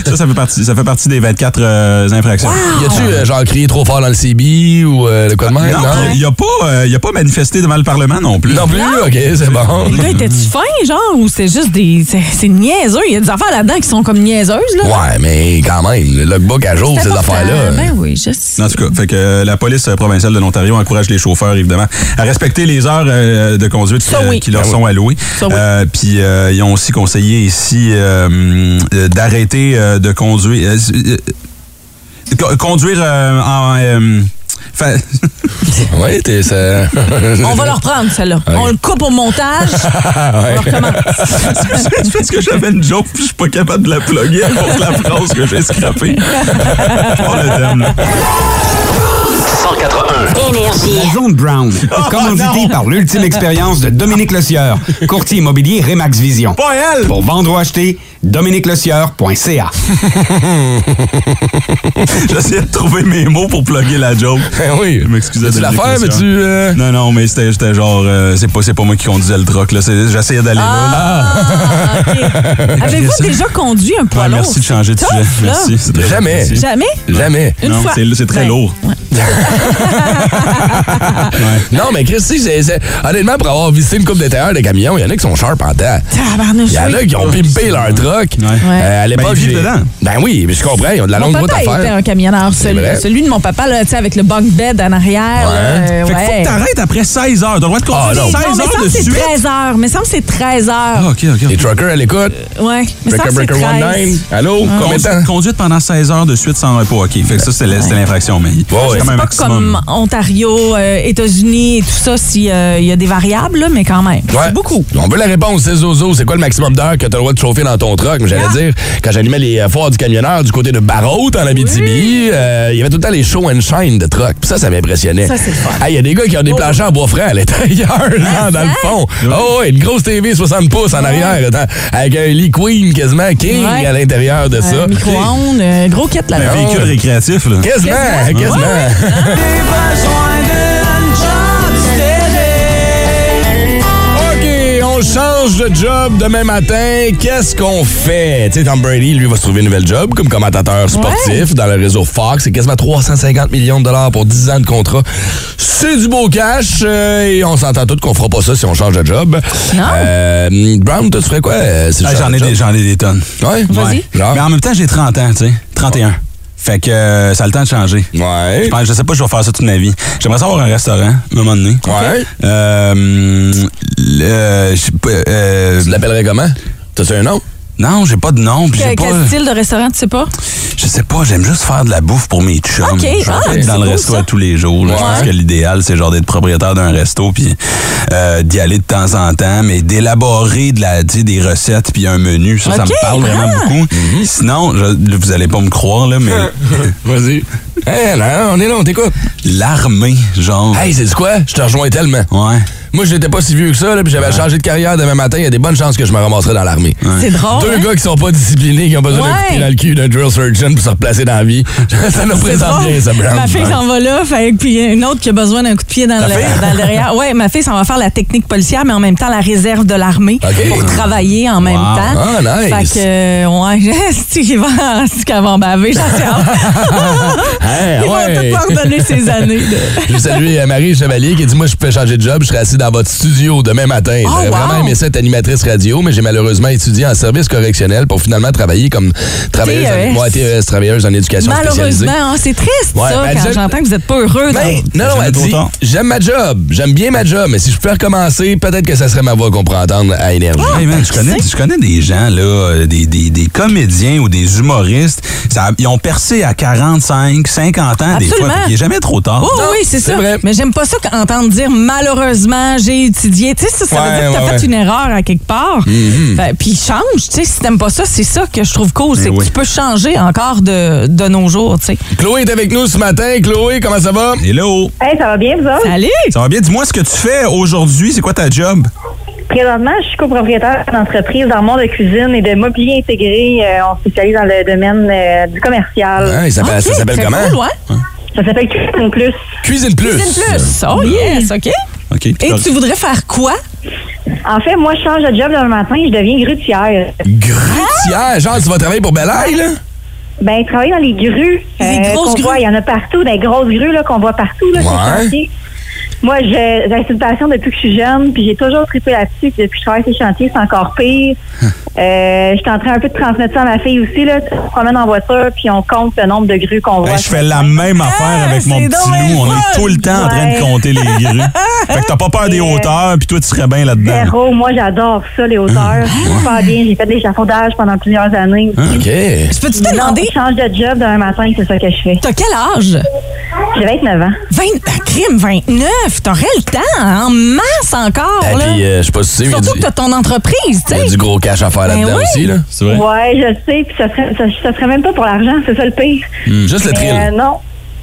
G: Ça, ça fait partie, ça fait partie des 24 euh, infractions.
C: Y a-tu, euh, genre, crié trop fort dans le CB ou euh, le quoi de même?
G: Non, il n'a pas, euh, il a pas manifesté devant le Parlement non plus.
C: Non plus? OK, c'est bon.
F: Le gars, était-tu fin, genre, ou c'est juste des. C'est c'est niaiseux? Il y a des affaires là-dedans qui sont comme niaiseuses, là.
C: Ouais, mais quand même, le logbook à jour,
F: C'est
C: ces
F: important.
C: affaires-là.
F: Ben oui, je sais.
G: En tout cas, fait que euh, la police euh, provinciale de l'Ontario encourage les chauffeurs, évidemment, à respecter les heures euh, de conduite
F: Ça,
G: euh,
F: oui.
G: qui leur
C: Ben
F: Ah oui.
G: sont allouées.
F: Ça, oui.
G: Euh, Puis euh, ils ont aussi conseillé ici euh, hum, euh, d'arrêter euh, de conduire. euh, euh, co- conduire euh, en. euh, fa-
C: Oui, t'es ça.
F: On va le reprendre, celle-là. On le coupe au montage. On le recommence.
G: C'est parce que j'avais une joke, puis je suis pas capable de la plugger à cause de la phrase que j'ai scrappée. Oh, le thème, là.
B: 181.
A: Énergie.
J: La zone Brown
G: Oh,
J: est commanditée par l'ultime expérience de Dominique Lecieur, courtier immobilier Remax Vision.
G: Pas elle!
J: Pour vendre ou acheter, dominiquelecieur.ca.
G: J'essayais de trouver mes mots pour plugger la joke.
C: Ben oui.
G: Je m'excusais
C: Tu
G: de
C: l'as fait, mais tu. euh,
G: Non, non, mais c'était j'étais genre, euh, c'est pas, c'est pas moi qui conduisais le truck, là. c'est- J'essayais d'aller
F: Ah, OK. Avez-vous déjà conduit un
G: là.
F: poids
G: Ouais,
F: lourd?
G: merci de changer de
F: C'est
G: sujet.
F: tough, là.
G: Merci. c'est très
C: Jamais.
G: gentil.
F: Jamais?
C: Jamais.
F: Une
G: non,
F: fois.
G: c'est c'est très
F: Ben,
G: lourd.
C: Non, mais Christy, c'est- c'est- honnêtement, pour avoir visité une coupe d'intérieur de camions, il y en a qui sont sharp en temps.
F: Tabarnouche,
C: Il y en
F: oui.
C: a qui ont pimpé leur truck l'époque. Euh, à l'époque,
G: Ben, ils vivent
C: j'ai-
G: dedans.
C: Ben oui, mais je comprends, ils ont de la
F: Mon
C: longue route
F: papa
C: à
F: était
C: faire.
F: un camionneur,
C: C'est
F: celui,
C: vrai.
F: celui de mon papa, là, tu sais, avec le bunk bed en arrière. là,
G: Fait
F: euh,
G: qu'il faut
F: ouais.
G: que t'arrêtes après 16 heures. T'as le droit de
C: Ah,
G: conduire
C: non.
G: 16
F: Non, mais ça,
G: heures de
F: c'est
G: suite.
F: 13 heures. Mais ça me c'est 13
G: Ah,
F: heures.
G: OK, OK,
C: Les
G: OK.
C: truckers à l'écoute.
F: Ouais. Mais
C: Breaker
F: ça, c'est Ah,
C: Breaker
F: 13.
C: 19. Allô? Combien de temps?
G: Conduite- Conduite pendant 16 heures de suite sans repos. OK. Fait que ça, c'est la- c'est l'infraction. Mais
C: ouais.
G: c'est comme un
F: Pas
G: maximum.
F: comme Ontario, euh, États-Unis et tout ça, s'il y a des variables, là, mais quand même.
C: Ouais.
F: C'est beaucoup.
C: On veut la réponse, c'est Zozo. C'est quoi le maximum d'heures que tu as le droit de chauffer dans ton truck? Mais J'allais
F: Ah.
C: dire, quand j'animais les euh, foires du camionneur du côté de Barrault, en Abitibi, euh, il y avait tout le temps les show and shine de truck. Puis ça, ça m'impressionnait. Ça, c'est Il y a des gars qui ont
F: Oh.
C: des planchers en bois franc à l'intérieur,
F: Ah,
C: là, dans le fond. Oh, ouais, une grosse TV 60 pouces en arrière, attends, avec un lit queen quasiment, king
F: Ouais.
C: à l'intérieur de ça. Ben
F: Euh, Micro-ondes, euh, gros kit
G: Un
F: là-dedans.
G: véhicule récréatif, là.
C: Quasiment, quasiment. OK, on change de job demain matin. Qu'est-ce qu'on fait? Tu sais, Tom Brady, lui, va se trouver une nouvelle job comme commentateur sportif dans le réseau Fox. C'est quasiment 350 millions de dollars pour 10 ans de contrat. C'est du beau cash euh, et on s'entend tous qu'on fera pas ça si on change de job.
F: Non.
C: Euh, Brown, toi, tu ferais quoi euh, si tu
G: Ah,
C: changes
G: J'en ai,
C: de
G: des-
C: job?
G: j'en ai des tonnes.
C: Ouais?
G: Ouais.
C: Genre?
G: Mais en même temps, j'ai 30 ans, tu sais. 31. Fait que euh, ça a le temps de changer.
C: Ouais.
G: Je, pense- je sais pas si je vais faire ça toute ma vie. J'aimerais savoir un restaurant, à un moment donné.
C: Ouais.
G: Euh, hum, le- je sais pas, euh,
C: Tu l'appellerais comment? T'as-tu un nom?
G: non, j'ai pas de nom. puis
F: Quel
G: j'ai pas,
F: quel Oh. style de restaurant, tu sais pas?
G: je sais pas, j'aime juste faire de la bouffe pour mes chums.
F: Ok,
G: Je vais
F: ah,
G: pas
F: c'est
G: être dans le
F: beau,
G: resto
F: ça.
G: à tous les jours. là. Je pense
C: Ouais.
G: que l'idéal, c'est genre d'être propriétaire d'un resto puis euh, d'y aller de temps en temps, mais d'élaborer de la, tu sais, des recettes puis un menu. Ça, ça
F: Ok,
G: me parle vraiment
F: ah.
G: beaucoup.
C: Mhm.
G: Sinon, je- vous allez pas me croire, là, mais
C: Vas-y. Hey, là, on est là, on t'écoute.
G: l'armée, genre.
C: Hey, c'est quoi? Je te rejoins tellement.
G: Ouais.
C: Moi, j'étais pas si vieux que ça, là, puis j'avais changé de carrière demain matin. Il y a des bonnes chances que je me ramasserais dans l'armée.
F: C'est drôle.
C: Deux
F: hein?
C: gars qui sont pas disciplinés, qui ont besoin
F: Ouais.
C: de couper dans le cul d'un drill surgeon pour se replacer dans la vie. ça nous présente
F: drôle.
C: bien, ça, Brown.
F: Ma fille s'en va là, fait, que- puis une autre qui a besoin d'un coup de pied dans, le, dans le derrière. Oui, ma fille s'en va faire la technique policière, mais en même temps la réserve de l'armée
C: OK.
F: pour travailler en même temps.
C: Ah, nice.
F: Fait que, euh, ouais, c'est qu'elle va, c'est qu'elle va en baver, j'en sais
C: Hey,
F: Ils vont
C: ouais.
F: tout leur donner ces années. de-
C: Je veux saluer euh, Marie Chevalier qui dit Moi, je peux changer de job, je serai assis dans votre studio demain matin.
F: Oh,
C: J'aurais
F: wow.
C: vraiment aimé ça être animatrice radio, mais j'ai malheureusement étudié en service correctionnel pour finalement travailler comme travailleuse,
F: TES.
C: En, ouais, TES, travailleuse en éducation spécialisée.
F: E Malheureusement, hein, c'est triste
C: Ouais,
F: ça,
C: ben,
F: quand
C: je-
F: j'entends que vous n'êtes pas heureux.
C: Ben,
F: dans-
C: non, non,
G: Jamais
C: elle
G: trop
C: dit,
G: tard.
C: j'aime ma job, j'aime bien ma job, mais si je pouvais recommencer, peut-être que ça serait ma voix qu'on pourrait entendre à Énergie.
F: Ah,
G: Hey,
F: ben,
G: man, je, connais, je connais des gens, là, euh, des, des- des comédiens ou des humoristes. ça- ils ont percé à 45, 50 ans des fois.
F: Absolument.
G: puis Il n'est jamais trop tard.
F: Oh, oui, c'est
C: c'est
F: ça.
C: vrai.
F: Mais j'aime pas ça qu'entendre dire malheureusement, j'ai étudié. Tu sais, ça, ça
C: Ouais,
F: veut dire que
C: ouais,
F: t'as
C: Mhm.
F: fait
C: ouais.
F: une erreur à quelque part. Fait- Puis change, tu sais, si t'aimes pas ça, c'est ça que je trouve cool. C'est que tu peux changer encore de, de nos jours, tu sais.
C: Chloé est avec nous ce matin. Chloé, comment ça va?
G: Hello!
K: Hey, ça va bien, vous autres?
F: Salut!
G: Ça va bien? Dis-moi ce que tu fais aujourd'hui. C'est quoi ta job?
K: Présentement, je suis copropriétaire d'entreprise dans le monde de cuisine et de mobilier intégré. Euh, on se spécialise dans le domaine euh, du commercial.
C: Hein, il s'appelle-
F: Ah, Ok,
C: ça s'appelle
F: très
C: comment?
F: cool, ouais.
K: Ça s'appelle Cuisine Plus.
C: Cuisine Plus.
F: Cuisine plus. Oh yes, OK.
G: OK.
F: Et tu voudrais faire quoi?
K: En fait, moi, je change de job le matin et je deviens grutière.
C: Grutière. hein, Genre, tu vas travailler pour Bel Air, là?
K: Ben, travailler dans les grues. euh,
F: Les grosses
K: qu'on
F: grues.
K: voit, Il y en a partout, des grosses grues là, qu'on voit partout. Là, sur le
C: Ouais.
K: chantier. Moi, j'ai j'ai une passion depuis que je suis jeune, puis j'ai toujours trippé là-dessus. Puis Depuis que je travaille sur les chantiers, c'est encore pire. euh, je suis en train un peu de transmettre ça à ma fille aussi. Là. On se promène en voiture, puis on compte le nombre de grues qu'on voit.
G: Hey, Ben, je fais la même affaire avec
F: Ah, c'est
G: mon
F: donc
G: petit
F: bien
G: loup. On
F: fun.
G: est tout le temps en train de
K: Ouais.
G: compter les grues. fait que t'as pas peur des hauteurs, puis toi, tu serais bien là-dedans.
K: Zéro, moi j'adore ça, les hauteurs. Super bien, j'ai fait des échafaudages pendant plusieurs années.
G: Hum.
C: OK.
F: Je peux-tu te
K: Non,
F: demander,
K: je change de job demain matin, c'est ça que je fais.
F: t'as quel âge?
K: J'ai 29 ans.
F: 20, ah, crime, 29. T'aurais le temps hein, en masse encore,
C: Et
F: là.
C: puis, euh, je sais pas si tu sais, mais il y a
F: Surtout
C: du-
F: que t'as ton entreprise, tu
C: il y a
F: sais.
C: du gros cash à faire là-dedans
F: oui.
C: aussi, là.
G: C'est vrai?
K: Ouais, je sais, puis ça serait, ça, ça serait même pas pour l'argent, c'est ça le pire.
C: Hmm, Juste le
K: Mais, euh,
C: thrill.
K: non,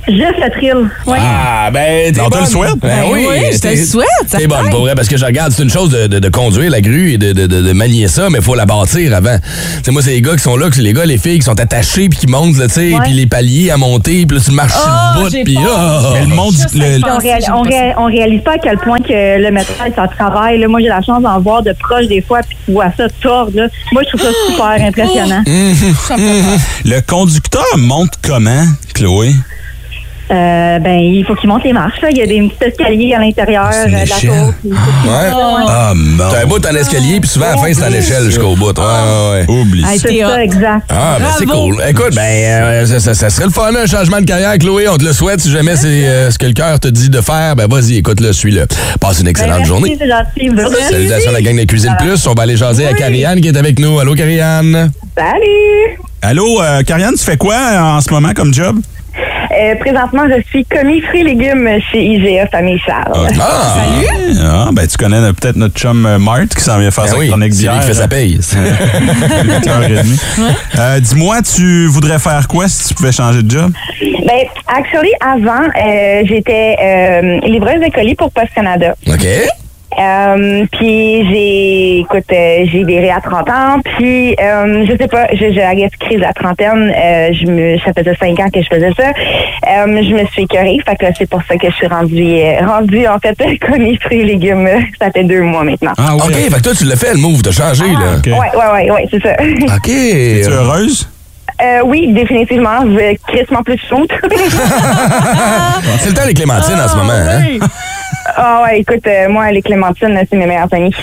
K: juste le thrill. Ouais.
C: Ah, ben, t'es
G: On te le
C: bonne.
G: souhaite.
C: Ben
F: Ben
C: oui,
F: oui, je te
C: t'es-
F: le souhaite,
C: T'es bonne,
F: certain.
C: pour vrai, parce que je regarde, c'est une chose de, de- de conduire la grue et de, de- de- de manier ça, mais faut la bâtir avant. Tu sais, moi, c'est les gars qui sont là, que c'est les gars, les filles qui sont attachés puis qui montent, là, tu sais, puis les paliers à monter, puis là, tu marches sur le bout,
F: Ah, j'ai
C: puis ah!
G: Mais le monde,
F: Je sais
G: le-
F: pas.
K: On, réal- on, réal- on réalise pas à quel point que le métal, ça travaille. Là, moi, j'ai la chance d'en voir de proche des fois, puis tu vois ça tordre. là. Moi, je trouve ça
F: Oh!
K: super
G: Hein?
F: hein.
K: impressionnant.
G: le conducteur monte comment, Chloé?
K: euh, ben, il faut qu'ils montent les marches. Là. Il y a des petits escaliers à l'intérieur euh, de la cour. puis-
C: Ouais. Ah, non. T'as un bout en escalier, puis souvent, à la fin, c'est
G: Ah,
C: en échelle jusqu'au bout. Ouais, ouais, ouais. Oublie
K: Ah, C'est ça, exact.
C: Ah, ben c'est cool. Écoute, ben, euh, ça, ça- ça serait le fun, un changement de carrière, Chloé. On te le souhaite. Si jamais c'est euh, ce que le cœur te dit de faire, ben vas-y, écoute-le, suis-le. Passe une excellente
K: Ben,
C: journée.
K: merci, c'est gentil. Vous aussi.
C: Salutations à la gang de Cuisine Plus. On va aller jaser à Carianne qui est avec nous. Allô, Carianne?
K: Salut!
G: Allô, euh, Karianne, tu fais quoi euh, en ce moment comme job?
L: Euh, présentement, je suis commis fruits et légumes chez IGA Famille Charles.
C: ah.
G: Salut! Ah, ben tu connais euh, peut-être notre chum euh, Mart qui s'en vient faire
C: Ben
G: sa
C: oui,
G: chronique
C: c'est lui
G: d'hier.
C: qui fait sa paye.
G: Huit heures et demie. Euh, Dis-moi, tu voudrais faire quoi si tu pouvais changer de job?
L: Ben, actually, avant, euh, j'étais euh, livreuse de colis pour Post Canada.
C: OK.
L: Euh, puis j'ai, écoute, euh, j'ai viré à 30 ans, puis euh, je sais pas, je, je, I guess, crise à trentaine, euh, je me, ça faisait 5 ans que je faisais ça, Euh, je me suis écœurée, fait que là, c'est pour ça que je suis rendue, euh, rendue en fait, commis fruits et légumes, ça fait deux mois maintenant.
C: OK, fait que toi, tu l'as fait, le move. T'as changé,
K: Ah,
L: Ouais,
C: là.
L: ouais, ouais, ouais, c'est ça.
C: OK. Es-tu
G: heureuse?
L: Euh, oui, définitivement. Je vais crissement plus honte.
C: C'est le temps des clémentines en ce moment, hein?
L: Ah ouais, écoute, euh, moi, les clémentines, là, c'est mes meilleures amies.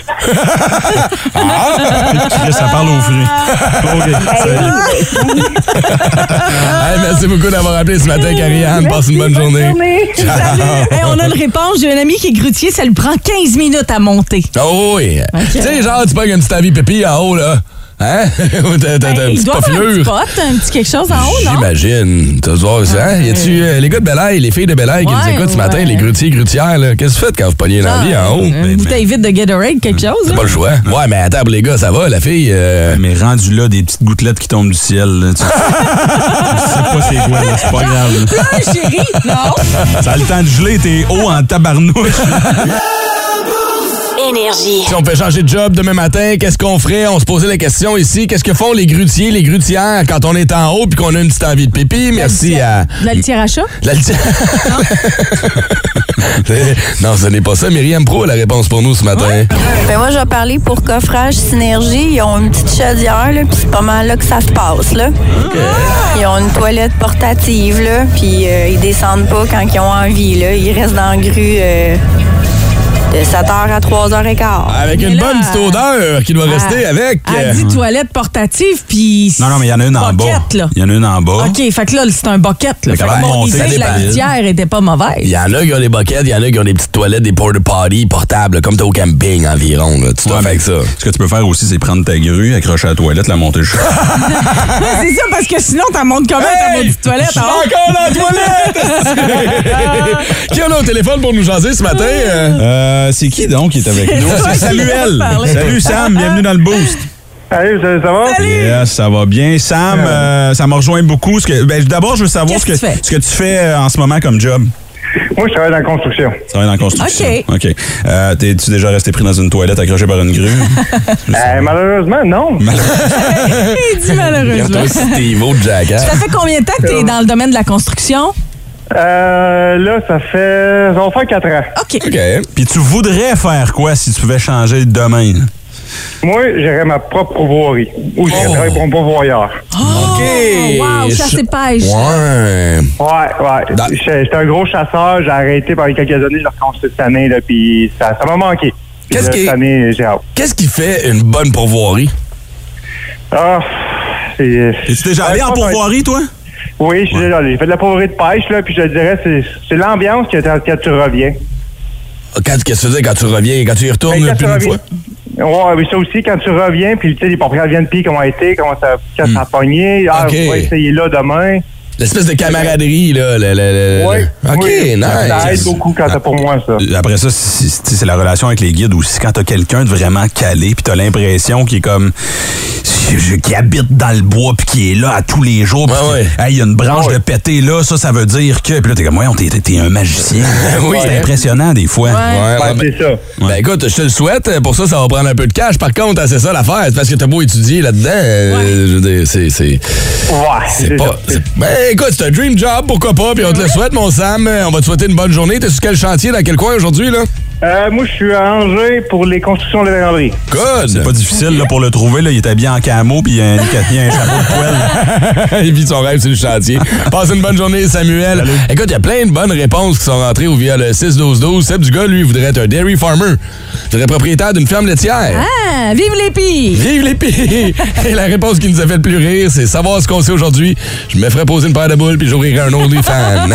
C: Ah!
G: ça parle aux fruits.
C: Hey, merci beaucoup d'avoir appelé ce matin, Carianne. Passe une bonne journée.
F: Salut. Hey, on a une réponse. J'ai un ami qui est grutier, ça lui prend 15 minutes à monter.
C: Oh oui. Tu sais, genre, tu pognes une petite avis pipi en haut, là. Hein? T'as t'as- t'as une
F: Ben, Il
C: petite
F: doit faire un petit
C: paflure.
F: pot, un petit quelque chose en haut, non?
C: J'imagine. Tu vas voir ça. Hein? Y a-tu euh, les gars de Bel Air, les filles de Bel Air qui nous
F: Ouais,
C: écoutent ce matin,
F: ouais. hein.
C: les grutiers, grutières, là? Qu'est-ce que vous faites quand vous pognez l'envie en haut?
F: Ah,
C: Ben, Mm.
F: Une bouteille vide de Gatorade, quelque chose.
C: C'est pas le choix. Ouais, mais attends, pour les gars, ça va, la fille. euh?
G: Ah, Mais rendu là, des petites gouttelettes qui tombent du ciel. là, tu- Je sais pas c'est quoi, là, c'est pas grave. là.
F: chérie, non.
G: Ça a le temps de geler tes hauts en tabarnouche.
A: Énergie.
C: Si on fait changer de job demain matin, qu'est-ce qu'on ferait? On se posait la question ici. Qu'est-ce que font les grutiers, les grutières quand on est en haut puis qu'on a une petite envie de pipi? Merci à.
F: De la litière à chat?
C: La litière- non, ce n'est pas ça. Myriam Pro a la réponse pour nous ce matin.
M: Ben moi, je vais parler pour Coffrage Synergie. Ils ont une petite chaudière, là, puis c'est pas mal là que ça se passe, là. Ils ont une toilette portative, là, puis euh, ils descendent pas quand ils ont envie, là. Ils restent dans la grue euh, de 7h à 3h15.
C: Avec une bonne petite odeur qui doit
M: ah.
C: rester avec.
F: Elle dit toilette portative, puis.
G: Non, non, mais il y en a une hein? en bas.
F: Bucket, là.
G: Il y en a une en bas.
F: OK, fait que là, c'est un bucket.
C: Fait
F: Là. Fait
C: qu'elle
F: que
C: va
F: mon
C: monter,
F: idée
C: ça
F: de la
C: dépend.
F: litière était pas mauvaise.
C: Il y en a qui ont des boquettes, il y en a qui ont des petites toilettes, des porta potty portables, comme t'es au camping environ. là. Tu dois faire avec ça.
G: Ce que tu peux faire aussi, c'est prendre ta grue, accrocher à la toilette, la monter jusqu'à.
F: Ouais, c'est ça, parce que sinon, t'en montes comment ta maudite toilette? hein?
C: je suis encore dans la toilette! qui en a au téléphone pour nous jaser ce matin?
G: Euh, c'est qui donc qui est avec
C: C'est
G: nous?
C: toi
G: C'est
C: qui
G: Samuel.
C: vas parler.
G: Salut Sam, bienvenue dans le boost.
I: Salut, ça, va?
G: Yes, ça va bien. Sam, euh, ça m'a rejoint beaucoup. Ce que- ben, D'abord, je veux savoir ce que,
I: Qu'est-ce que tu fais?
G: ce que tu fais euh, en ce moment comme job.
I: Moi, je travaille dans la construction.
G: Tu travailles dans la construction.
I: OK.
G: OK. Euh, T'es-tu déjà resté pris dans une toilette accroché par une grue?
I: Euh, malheureusement, non.
F: Il dit malheureusement.
C: tes mots de jackass.
F: Ça fait combien de temps que t'es dans le domaine de la construction?
I: Euh, là, ça fait. Ça va faire 4 ans.
F: OK.
G: Puis tu voudrais faire quoi si tu pouvais changer de domaine?
I: Moi, j'aurais ma propre pourvoirie. Ou
C: Oh.
I: j'irais travailler pour un pourvoyeur.
F: OK. wow, chasse et pêche.
C: Ouais.
I: Ouais, ouais. J'étais j'étais un gros chasseur. J'ai arrêté pendant quelques années. Je reconstruis cette année, là, puis ça ça m'a manqué. Puis
C: Qu'est-ce
I: là,
C: qui-
I: Cette année, j'ai hâte.
C: Qu'est-ce qui fait une bonne pourvoirie?
I: Ah, c'est.
G: Es-tu déjà allé en pourvoirie, toi?
I: Oui, je suis déjà allé. J'ai fait de la pourvoirie de pêche, là, puis je te dirais, c'est- c'est l'ambiance que t'as- quand tu reviens.
C: Quand- Qu'est-ce que tu veux dire quand tu reviens, quand tu y retournes
I: Ben, quand
C: plus
I: tu
C: d'une
I: reviens-
C: fois?
I: Ouais, oui, ça aussi, quand tu reviens, puis tu sais, les propriétaires viennent pis comment été, comment ça, quand ça a
C: Hmm.
I: pogné, ah,
C: OK.
I: on va essayer là demain.
C: L'espèce de camaraderie, là. Le, le- le-
I: Oui,
C: le- OK,
I: oui,
C: nice.
I: ça aide beaucoup quand c'est pour moi, ça.
G: euh, Après ça, c'est- c'est c'est la relation avec les guides aussi. Quand t'as quelqu'un de vraiment calé, puis t'as l'impression qu'il est comme qui habite dans le bois, puis qui est là à tous les jours. puis que, Hey, il y a une branche de pété là, ça, ça veut dire que. Puis là, t'es comme, ouais, t'es t'es un magicien.
C: Oui.
G: C'est impressionnant des fois.
I: c'est ça.
C: Ben écoute, je te le souhaite. Pour ça, ça va prendre un peu de cash. Par contre, c'est ça l'affaire. C'est parce que t'as beau étudier là-dedans. euh, je veux dire, c'est. c'est- C'est pas. c'est- Ben écoute, c'est un dream job, pourquoi pas? Puis on te le souhaite, mon Sam. On va te souhaiter une bonne journée. T'es sur quel chantier, dans quel coin aujourd'hui, là?
I: Euh, moi, je suis à Angers pour les constructions de vélanderie.
G: Good! C'est pas difficile là, pour le trouver. Là. Il est habillé en camo puis il a un, il a un chapeau de poêle.
C: Il vit son rêve sur le chantier. Passe une bonne journée, Samuel. Écoute, il y a plein de bonnes réponses qui sont rentrées au via le 6-12-12. Seb Dugas, lui, voudrait être un dairy farmer. Il serait propriétaire d'une ferme laitière.
F: Ah, vive les pies!
C: Vive les pieds!
F: Ah.
C: Et la réponse qui nous a fait le plus rire, c'est savoir ce qu'on sait aujourd'hui. Je me ferais poser une paire de boules puis j'ouvrirais un autre fan.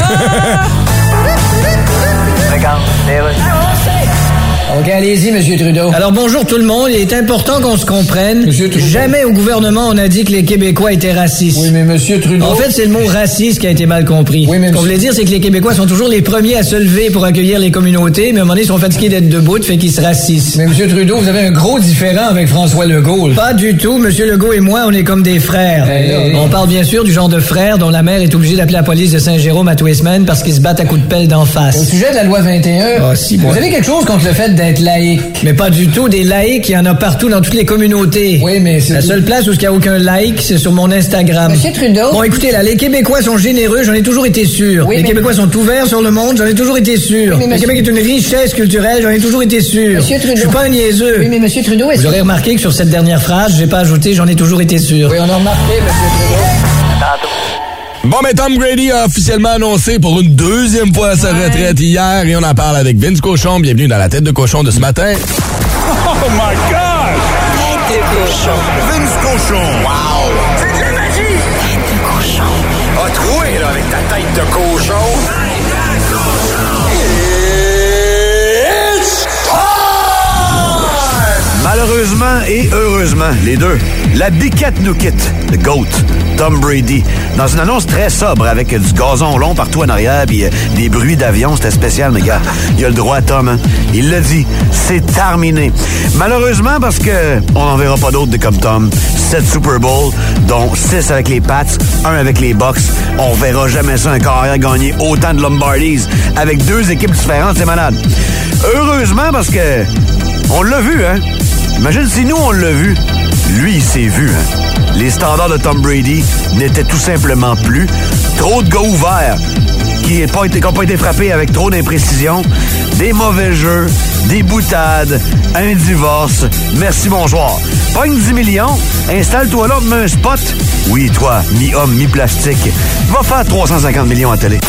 N: OK, allez-y, Monsieur Trudeau. Alors bonjour tout le monde. Il est important qu'on se comprenne. Jamais au gouvernement on a dit que les Québécois étaient racistes. Oui, mais Monsieur Trudeau. En fait, c'est le mot raciste qui a été mal compris. Oui, mais Ce qu'on voulait dire, c'est que les Québécois sont toujours les premiers à se lever pour accueillir les communautés, mais à un moment donné, ils sont fatigués d'être debout, fait qu'ils se racissent. Mais Monsieur Trudeau, vous avez un gros différent avec François Legault. Ben Pas du tout. Monsieur Legault et moi, on est comme des frères. on parle bien sûr du genre de frères dont la mère est obligée d'appeler la police de Saint-Jérôme à tous les semaines parce qu'ils se battent à coups de pelle d'en face. Ah, Au sujet de la loi 21, vous avez quelque chose contre le fait d'être laïque. Mais pas du tout. Des laïcs, il y en a partout dans toutes les communautés. Oui, mais c'est... La seule place où il n'y a aucun laïc, c'est sur mon Instagram. Monsieur Trudeau. Bon, écoutez, là, les Québécois sont généreux, j'en ai toujours été sûr. les Quéébécois sont ouverts sur le monde, j'en ai toujours été sûr.
O: mais
N: le
O: monsieur-
N: Québec est une richesse culturelle, j'en ai toujours été sûr.
O: Monsieur Trudeau.
N: Je suis pas un niaiseux.
O: Oui, mais Monsieur Trudeau, est-ce
N: Vous
O: que-
N: aurez remarqué que sur cette dernière phrase, j'ai pas ajouté j'en ai toujours été sûr. Oui, on a remarqué,
C: Bon, mais Tom Grady a officiellement annoncé pour une deuxième fois sa retraite hier et on en parle avec Vince Cochon. Bienvenue dans la tête de cochon de ce matin.
B: Oh my God! Tête de cochon. Vince cochon. Wow! C'est de la magie! Tête de cochon. A troué, là, avec ta tête de cochon. It's
P: Malheureusement et heureusement, les deux. La biquette nous quitte. Le GOAT, Tom Brady. Dans une annonce très sobre avec du gazon long partout en arrière puis euh, des bruits d'avion, c'était spécial, mais gars, il a le droit, Tom. hein. Il l'a dit. C'est terminé. Malheureusement, parce que on n'en verra pas d'autres de comme Tom. Sept Super Bowl, dont six avec les Pats, un avec les Bucks. On verra jamais ça un carrière gagner autant de Lombardies avec deux équipes différentes, c'est malade. Heureusement, parce que on l'a vu, hein? Imagine si nous, on l'a vu. Lui, il s'est vu. hein. Les standards de Tom Brady n'étaient tout simplement plus. Trop de gars ouverts qui n'ont pas, été- qui ont pas été frappés avec trop d'imprécision. Des mauvais jeux, des boutades, un divorce. Merci, bonsoir. Pogne 10 millions, installe-toi là, mets un spot. Oui, toi, mi-homme, mi-plastique. Va faire 350 millions à télé.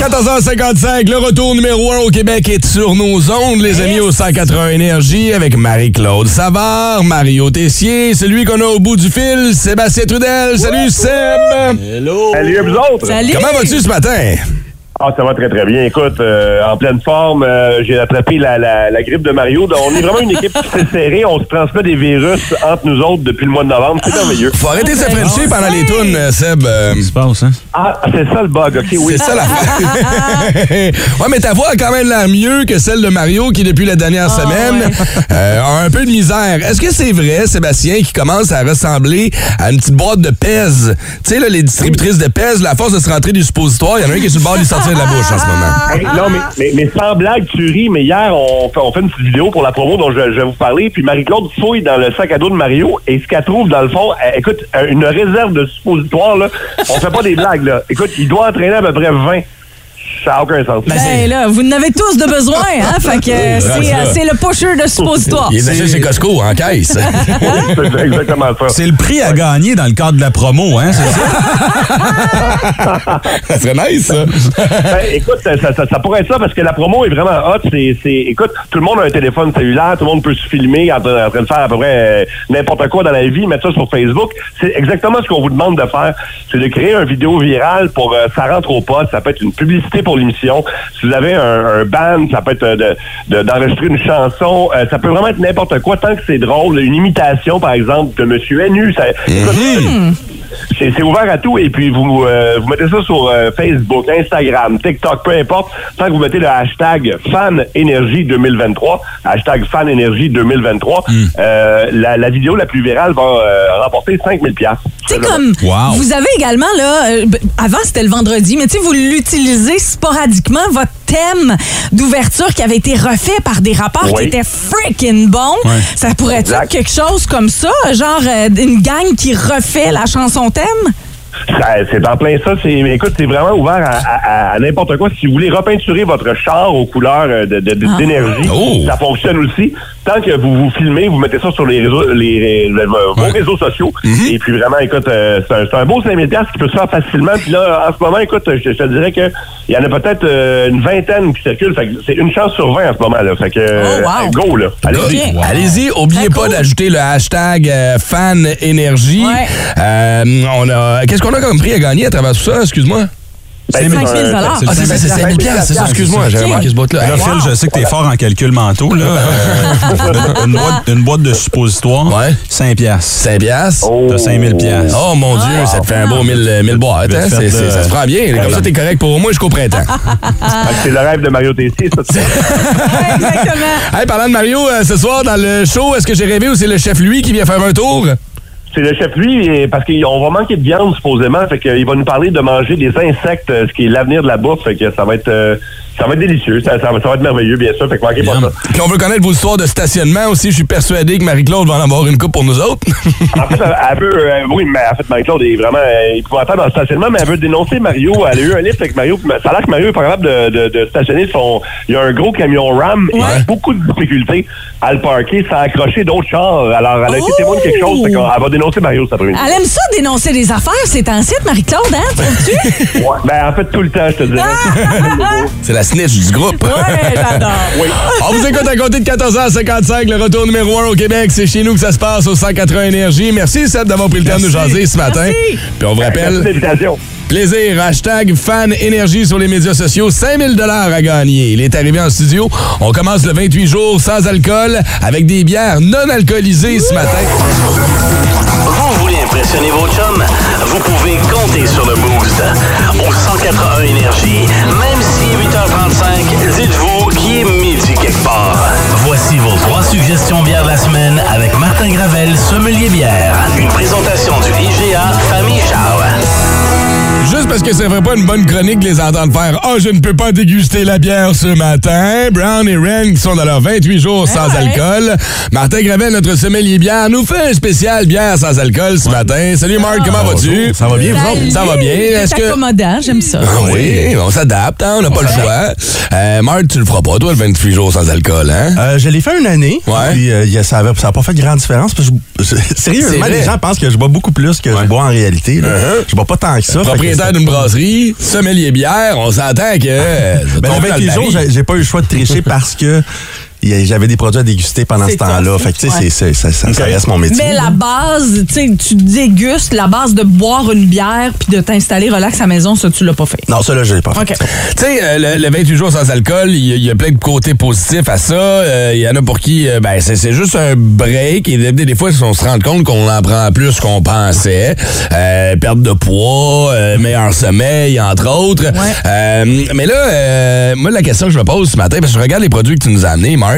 C: 14h55, le retour numéro 1 au Québec est sur nos ondes, les amis, au 180 Énergie, avec Marie-Claude Savard, Mario Tessier, celui qu'on a au bout du fil, Sébastien Trudel. Salut, Seb! Hello!
Q: Salut à vous autres!
C: Comment vas-tu ce matin?
Q: Ah, ça va très très bien. Écoute, euh, en pleine forme, euh, j'ai attrapé la, la- la grippe de Mario. Donc, on est vraiment une équipe qui s'est serrée. On se transmet des virus entre nous autres depuis le mois de novembre. C'est merveilleux.
C: Faut arrêter
Q: ben,
C: de se frencher pendant les tunes, euh, Seb. se
G: passe, hein?
Q: Ah, c'est ça le bug, ok, oui.
C: C'est ça la ouais, mais ta voix a quand même l'air mieux que celle de Mario qui, depuis la dernière semaine, euh, a un peu de misère. Est-ce que c'est vrai, Sébastien, qui commence à ressembler à une petite boîte de pèse? Tu sais, là, les distributrices de pèse, la force de se rentrer du suppositoire, il y en a un qui est sur le bord de lui sortir de la bouche en ce moment.
Q: Hey, non, mais, mais, mais sans blague, tu ris, mais hier, on fait, on fait une petite vidéo pour la promo dont je, je vais vous parler, puis Marie-Claude fouille dans le sac à dos de Mario, et ce qu'elle trouve dans le fond, euh, écoute, euh, une réserve de suppositoire, là, on fait pas des blagues, là. Écoute, il doit entraîner à peu près 20. Ça n'a aucun sens.
F: Ben là, vous en avez tous de besoin, hein? Fait que euh,
Q: Oui,
F: c'est
Q: voilà.
F: euh, c'est le pusher de suppositoire.
C: Il est acheté chez Costco, en caisse.
Q: c'est exactement ça.
G: C'est le prix à gagner dans le cadre de la promo, hein? C'est ça?
C: ça serait nice, ça.
Q: Ben, écoute, ça, ça- ça pourrait être ça parce que la promo est vraiment hot. C'est, c'est- écoute, tout le monde a un téléphone cellulaire, tout le monde peut se filmer en, train en train de faire à peu près euh, n'importe quoi dans la vie, mettre ça sur Facebook. C'est exactement ce qu'on vous demande de faire. C'est de créer une vidéo virale pour euh, ça rentre au poste. Ça peut être une publicité pour l'émission. Si vous avez un, un band, ça peut être euh, de- de- d'enregistrer une chanson. Euh, ça peut vraiment être n'importe quoi tant que c'est drôle. Une imitation, par exemple, de Monsieur Henu. Ça, écoute, c'est c'est ouvert à tout. Et puis, vous, euh, vous mettez ça sur euh, Facebook, Instagram, TikTok, peu importe. Tant que vous mettez le hashtag FanEnergie 2023, hashtag FanEnergie 2023, euh, la, la vidéo la plus virale va euh, remporter 5000
F: C'est comme, vous avez également, là, euh, b- avant c'était le vendredi, mais tu sais, vous l'utilisez sporadiquement, votre thème d'ouverture qui avait été refait par des rapports
R: Oui.
F: qui étaient freaking bons.
R: Ouais.
F: Ça pourrait être quelque chose comme ça, genre euh, une gang qui refait la chanson thème?
Q: Ça- C'est en plein ça. C'est, écoute, c'est vraiment ouvert à, à- à- à n'importe quoi. Si vous voulez repeinturer votre char aux couleurs euh, de- de- de-
B: Ah.
Q: d'énergie, ça fonctionne aussi. Tant que vous vous filmez, vous mettez ça sur les réseaux, les, les- vos réseaux sociaux. Et puis vraiment, écoute, euh, c'est, un, c'est un beau 5000 piastres qui peut se faire facilement. Puis là, en ce moment, écoute, je, je te dirais que il y en a peut-être euh, une vingtaine qui circulent. Fait que c'est une chance sur 20 en ce moment. Là. Fait que
C: Oh,
Q: euh, go, là. Allez-y.
C: Allez-y, Allez-y, oubliez pas d'ajouter le hashtag euh, fan énergie. Euh, on a qu'est-ce qu'on a comme prix à gagner à travers tout ça, excuse-moi
Q: Ben, c'est 5 000
C: Ah, c'est ça, c'est 5 000 c'est ça, excuse-moi, j'avais manqué ce bout-là.
G: Là,
C: Hey, wow.
G: Phil, je sais que t'es fort en calcul mentaux. Là. Euh, une, boîte, une boîte de suppositoires, 5 piastres.
C: 5 piastres?
G: T'as 5 000 piastres.
C: Oh mon Dieu, ça te fait un beau 1000 1000 boîtes. hein? C'est- c'est-
G: euh,
C: Ça se prend bien. Comme ça, t'es correct pour au moins jusqu'au printemps.
Q: Fait que c'est le rêve de Mario Tessier, ça.
C: Hey, parlant de Mario, euh, ce soir dans le show, est-ce que j'ai rêvé ou c'est le chef lui qui vient faire un tour?
Q: C'est le chef lui, et- parce qu'on va manquer de viande supposément, fait qu'il va nous parler de manger des insectes, euh, ce qui est l'avenir de la bouffe, fait que ça va être euh, ça va être délicieux, ça, ça va, ça va être merveilleux bien sûr, fait que manquez pas ça.
C: Puis on veut connaître vos histoires de stationnement aussi. Je suis persuadé que Marie-Claude va en avoir une coupe pour nous autres.
Q: En fait, elle veut, euh, oui, mais en fait, Marie-Claude est vraiment euh, épouvantable dans le stationnement, mais elle veut dénoncer Mario. Elle a eu un livre avec Mario, puis ça a l'air que Mario est pas capable de, de- de stationner son. Il y a un gros camion RAM et il a beaucoup de difficultés à le parquer sans accrocher d'autres chars. Alors, elle a été témoin de quelque chose, fait qu'on- elle va dénoncer Mario cet après-midi.
F: Elle aime ça dénoncer les affaires, c'est ancien, Marie-Claude, hein, trouves-tu?
Q: Ouais, ben, en fait, tout le temps, je te dirais.
C: C'est la snitch du groupe.
F: Ah! Ouais, j'adore.
Q: Oui.
C: On vous écoute à compter de 14h55, le retour numéro 1 au Québec. C'est chez nous que ça se passe au 180 Énergie. Merci, Seb, d'avoir pris le temps de nous
B: Merci.
C: jaser ce matin.
B: Merci.
C: Puis on vous rappelle.
B: Merci de l'invitation.
C: Plaisir, hashtag fan énergie sur les médias sociaux, 5000 dollars à gagner. Il est arrivé en studio. On commence le 28 jours sans alcool avec des bières non alcoolisées ce matin.
B: Vous voulez impressionner vos chums? Vous pouvez compter sur le boost. Au 181 Énergie, même si 8h35, dites-vous qu'il est midi quelque part. Voici vos trois suggestions bières de la semaine avec Martin Gravel, sommelier bière. Une présentation du IGA Famille Charles.
C: Juste parce que ça ferait pas une bonne chronique de les entendre faire « Ah, je ne peux pas déguster la bière ce matin. » Brown et Ren qui sont dans leurs 28 jours sans alcool. Martin Gravel, notre sommelier bière, nous fait un spécial bière sans alcool ce matin. Salut Marc, comment
O: Ah,
C: vas-tu? Ça va bien, Ça va bien. Est-ce
F: C'est
C: que...
F: accommodant, j'aime ça.
C: Ah oui, on s'adapte, hein, on n'a pas le choix. Euh, Marc, tu le feras pas, toi, le 28 jours sans alcool, hein?
O: Euh, je l'ai fait une année.
C: Ouais.
O: Puis euh, il y a- ça n'a pas fait de grande différence. Parce que je- je-
C: C'est
O: sérieusement,
C: vrai. Uh-huh.
O: les gens pensent que je bois beaucoup plus que je bois en réalité. là. Je bois pas tant que ça.
C: Euh, Propriétaire d'une brasserie, sommelier bière, on s'entend que... euh, ça
O: Mais
C: tombe dans
O: Ben, avec
C: le
O: les jours,
C: baril.
O: j'ai j'ai pas eu le choix de tricher parce que il y a- j'avais des produits à déguster pendant
F: C'est
O: ce temps-là.
F: tough.
O: Fait que, tu sais,
F: Ouais.
O: c'est- c'est- ça, ça reste mon métier.
F: Mais la base, tu sais, tu dégustes la base de boire une bière puis de t'installer relax à la maison, ça, tu l'as pas fait.
O: Non, ça, là, je l'ai pas fait.
F: OK.
C: Tu sais, euh, le, le 28 jours sans alcool, il y, a- il y a plein de côtés positifs à ça. Euh, Il y en a pour qui, euh, ben, c'est c'est juste un break. Et des, des fois, on se rend compte qu'on en prend plus qu'on pensait. Euh, perte de poids, euh, meilleur sommeil, entre autres. Euh, mais là, euh, moi, la question que je me pose ce matin, parce que je regarde les produits que tu nous as amenés, Mart,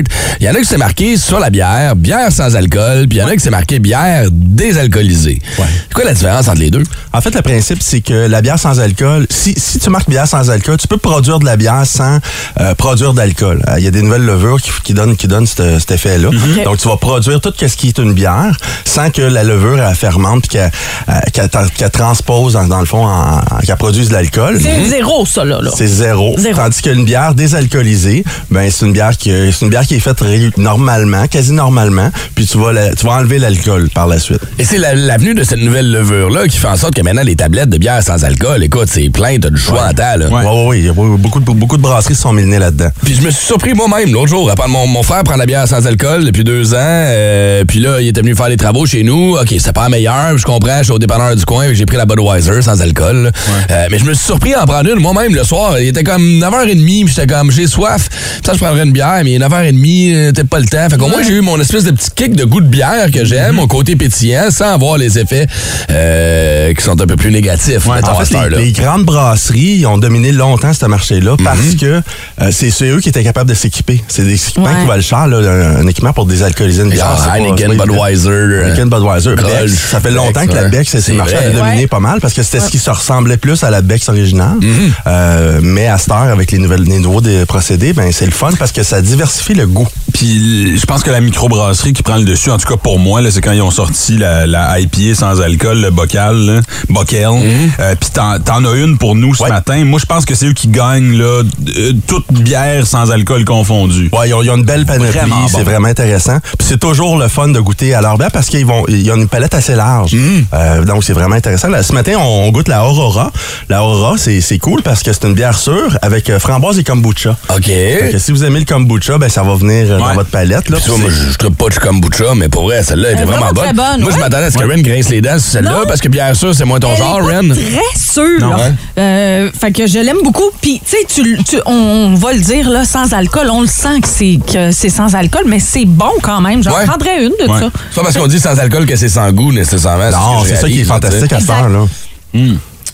C: il y en a qui c'est marqué sur la bière, bière sans alcool, puis il y en a qui c'est marqué bière désalcoolisée. C'est quoi la différence entre les deux?
O: En fait, le principe, c'est que la bière sans alcool, si, si tu marques bière sans alcool, tu peux produire de la bière sans euh, produire d'alcool. Euh, Il y a des nouvelles levures qui, qui donnent, qui donnent cet, cet effet-là.
C: Mhm.
O: Donc, tu vas produire tout ce qui est une bière sans que la levure elle fermente puis qu'elle euh, qu'elle tra- qu'elle transpose, dans, dans le fond, en- en- qu'elle produise de l'alcool.
F: C'est zéro, ça, là. là.
O: C'est zéro. Tandis qu'une bière désalcoolisée, ben c'est une bière qui c'est une bière qui est faite ré- normalement, quasi normalement, puis tu vas la- tu vas enlever l'alcool par la suite.
C: Et c'est la- l'avenue de cette nouvelle levure-là qui fait en sorte que maintenant, les tablettes de bière sans alcool, écoute, c'est plein, t'as du choix en tas, là.
O: Ouais, ouais, ouais, il y a beaucoup, de- beaucoup de brasseries se sont mises le nez là-dedans.
C: Puis je me suis surpris moi-même l'autre jour. Après, mon, mon frère prend la bière sans alcool depuis deux ans. euh, puis là, il était venu faire les travaux chez nous. OK, c'est pas la meilleure. Je comprends, je suis au dépanneur du coin. J'ai pris la Budweiser sans alcool. là. Euh, mais je me suis surpris à en prendre une moi-même le soir. Il était comme 9h30. puis J'étais comme, j'ai soif. Ça, je prendrais une bière, mais 9h30, euh, peut-être pas le temps. Fait qu'au moins, j'ai eu mon espèce de petit kick de goût de bière que j'aime,
O: Mhm.
C: mon côté pétillant, sans avoir les effets euh, qui sont un peu plus négatifs.
O: Ouais,
C: mettons,
O: en
C: à
O: fait,
C: cette heure-là.
O: les, les grandes brasseries ils ont dominé longtemps ce marché-là
C: Mhm.
O: parce que euh, c'est c'est eux qui étaient capables de s'équiper. C'est des équipements qui valent cher, là, un, un équipement pour désalcooliser une bière.
C: Genre
O: c'est pas-
C: Heineken,
O: c'est pas évident.
C: Budweiser, euh,
O: Heineken, Budweiser.
C: Grolsch,
O: Beck. ça fait longtemps
C: Beck,
O: que la
C: ouais.
O: Beck, c'est
C: C'est
O: le marché
C: vrai.
O: avait dominé
C: Ouais.
O: pas mal parce que c'était ce
C: Ouais.
O: qui se ressemblait plus à la Beck
C: Mhm.
O: originale. Euh, mais à cette heure, avec les, nouvelles, les nouveaux dé- procédés, ben, c'est le fun parce que ça diversifie le goût.
G: Puis je pense que la microbrasserie qui prend le dessus, en tout cas pour moi, là, c'est quand ils ont sorti la, la IPA sans alcool, le bocal, là, bocal.
O: Mhm.
G: Euh, puis t'en, t'en as une pour nous ce matin. Moi, je pense que c'est eux qui gagnent là, euh, toute bière sans alcool confondue.
O: Ouais, ils ont, ils ont une belle panoplie,
G: Vraiment
O: c'est
G: bon.
O: vraiment intéressant. Puis c'est toujours le fun de goûter à leur bière parce qu'ils vont, ils ont une palette assez large. Euh, donc c'est vraiment intéressant. Là, ce matin, on, on goûte la Aurora. La Aurora, c'est c'est cool parce que c'est une bière sûre avec euh, framboise et kombucha.
C: OK.
O: Fait que si vous aimez le kombucha, ben ça va venir euh, dans votre palette. Là,
C: Puis tu vois, moi, je ne pas du kombucha, mais pour vrai, celle-là était
O: Elle est
C: vraiment,
O: vraiment très
C: bonne.
O: bonne,
C: Moi, je
O: ouais.
C: m'attendais à ce que Ren grince les dents sur celle-là,
F: Non.
C: parce que bien sûr, c'est moins ton
F: Elle
C: genre,
F: est pas
C: Ren.
F: Très sûre.
C: Non, ouais.
F: Euh, fait que je l'aime beaucoup. Puis, tu sais, tu, tu- on, on va le dire, là, sans alcool, on le sent que c'est, que c'est sans alcool, mais c'est bon quand même. J'en
C: Ouais.
F: prendrais une de
C: Ouais.
F: ça.
C: C'est pas parce qu'on dit sans alcool que c'est sans goût, nécessairement.
O: Non,
C: ce que je
O: c'est ça qui est
C: réalise,
O: fantastique
C: tu
O: à
C: sais. Hmm.
O: ce temps, là.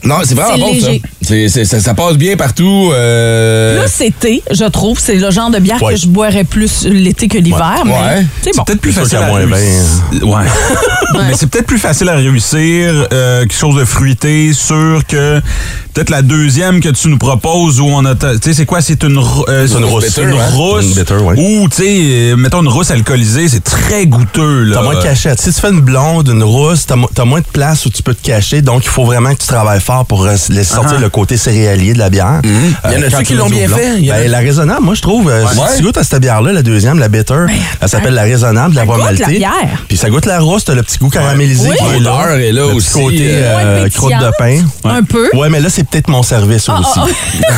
C: Non, c'est vraiment
F: C'est
C: bon,
F: léger.
C: ça. C'est- c'est- ça. ça passe bien partout. euh,
F: Là, c'est thé, je trouve. C'est le genre de bière
C: Ouais.
F: que je boirais plus l'été que l'hiver. mais C'est bon.
G: peut-être plus
O: C'est sûr
G: facile
O: qu'à
G: à
O: moins hein.
G: réussir. Ouais. Mais c'est peut-être plus facile à réussir euh, quelque chose de fruité, sûr que peut-être la deuxième que tu nous proposes où on a ta- tu sais c'est quoi c'est une r- euh,
O: C'est une rousse.
G: c'est une
O: Bitter, hein?
G: rousse
O: Une bitter, ouais.
G: ou tu sais euh, mettons une rousse alcoolisée, c'est très goûteux là.
O: T'as moins de cachette. Si tu fais une blonde, une rousse, t'as mo- t'as moins de place où tu peux te cacher. Donc, il faut vraiment que tu travailles fort pour euh, laisser sortir
C: Uh-huh.
O: le côté céréalier de la bière.
C: Mmh.
O: Euh,
C: Il y en a-tu
O: quand
C: qui
O: tu vas
C: l'ont
O: au
C: bien
O: blond.
C: fait? Il y en a-
O: Ben, la raisonnable, moi, je trouve. euh,
C: Ouais.
O: si
C: Ouais. Ben,
O: tu goûtes à cette bière-là, la deuxième, la bitter, elle s'appelle la raisonnable, la voix
F: goûte la
O: maltée.
F: bière.
O: Puis ça goûte la rousse, t'as le petit goût caramélisé.
F: Oui.
O: qui est
C: L'odeur est là
O: le petit
C: aussi,
O: côté
C: euh,
O: euh,
F: moins
O: croûte de pain.
F: pétillante, un peu.
O: Ouais, mais là, c'est peut-être mon service
F: Ah,
O: aussi.
F: ah,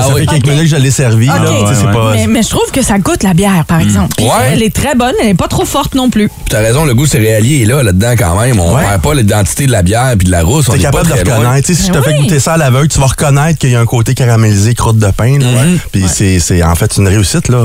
C: Ah
O: Ça fait quelques minutes que je l'ai servi. là.
F: OK.
O: Tu sais, c'est pas- Hmm.
F: mais, mais je trouve que ça goûte la bière, par exemple. Puis
C: Ouais.
F: Elle est très bonne, elle n'est pas trop forte non plus.
C: T'as raison, le goût céréalier est là, là-dedans quand même. On perd pas l'identité de la bière puis de la rousse. on
O: T'es
C: est
O: capable de
C: pas très loin.
O: reconnaître. Tu sais, Si je te fais goûter ça à l'aveugle, tu vas reconnaître qu'il y a un côté caramélisé, croûte de pain. là.
C: Mm-hmm.
O: Puis c'est- c'est en fait une réussite. là.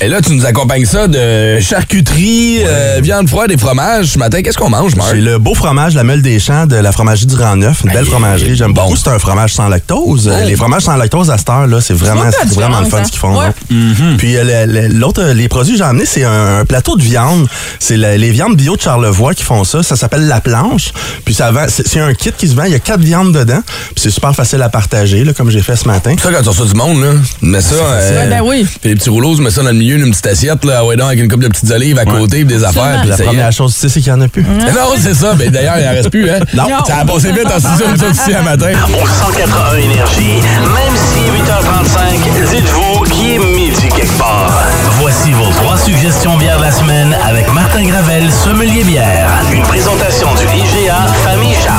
C: Et là, tu nous accompagnes ça de charcuterie, euh, viande froide et fromage ce matin. Qu'est-ce qu'on mange, Marc?
O: J'ai le beau fromage, la meule des champs de la fromagerie du Rang Neuf. Une
C: Ben
O: belle fromagerie. J'aime beaucoup. C'est un fromage sans lactose.
C: Oh.
O: Euh, Les fromages sans lactose à cette heure, là, c'est vraiment,
C: C'est pas
O: c'est vraiment le fun
C: différent, ça.
O: ce qu'ils font.
C: Ouais. Mm-hmm.
O: là. Puis euh, le- le- l'autre, euh, les produits que j'ai amenés, c'est un, un plateau de viande. C'est la- les viandes bio de Charlevoix qui font ça. Ça s'appelle La Planche. Puis ça vend- c'est c'est un kit qui se vend. Il y a quatre viandes dedans. Puis c'est super facile à partager, là, comme j'ai fait ce matin.
C: Ça, quand tu reçois du monde, là, tu mets ça.
O: Ah,
C: euh,
F: Ouais, ben oui.
C: Puis les petits rouleaux, tu mets ça dans le milieu d'une petite assiette, là, ouais, donc, avec une coupe de petites olives à côté, puis des affaires. Puis
O: la
C: ça y est.
O: première chose, tu sais, c'est qu'il n'y en a plus.
C: Non, c'est ça. Ben, d'ailleurs, il en reste plus, hein?
O: Non.
C: Ça a passé vite en 6 heures, d'ici à matin.
B: Au 181 Énergie, même si 8h35, dites-vous qu'il est midi quelque part. Voici vos trois suggestions bières de la semaine avec Martin Gravel, sommelier bière. Une présentation du IGA Famille Chao.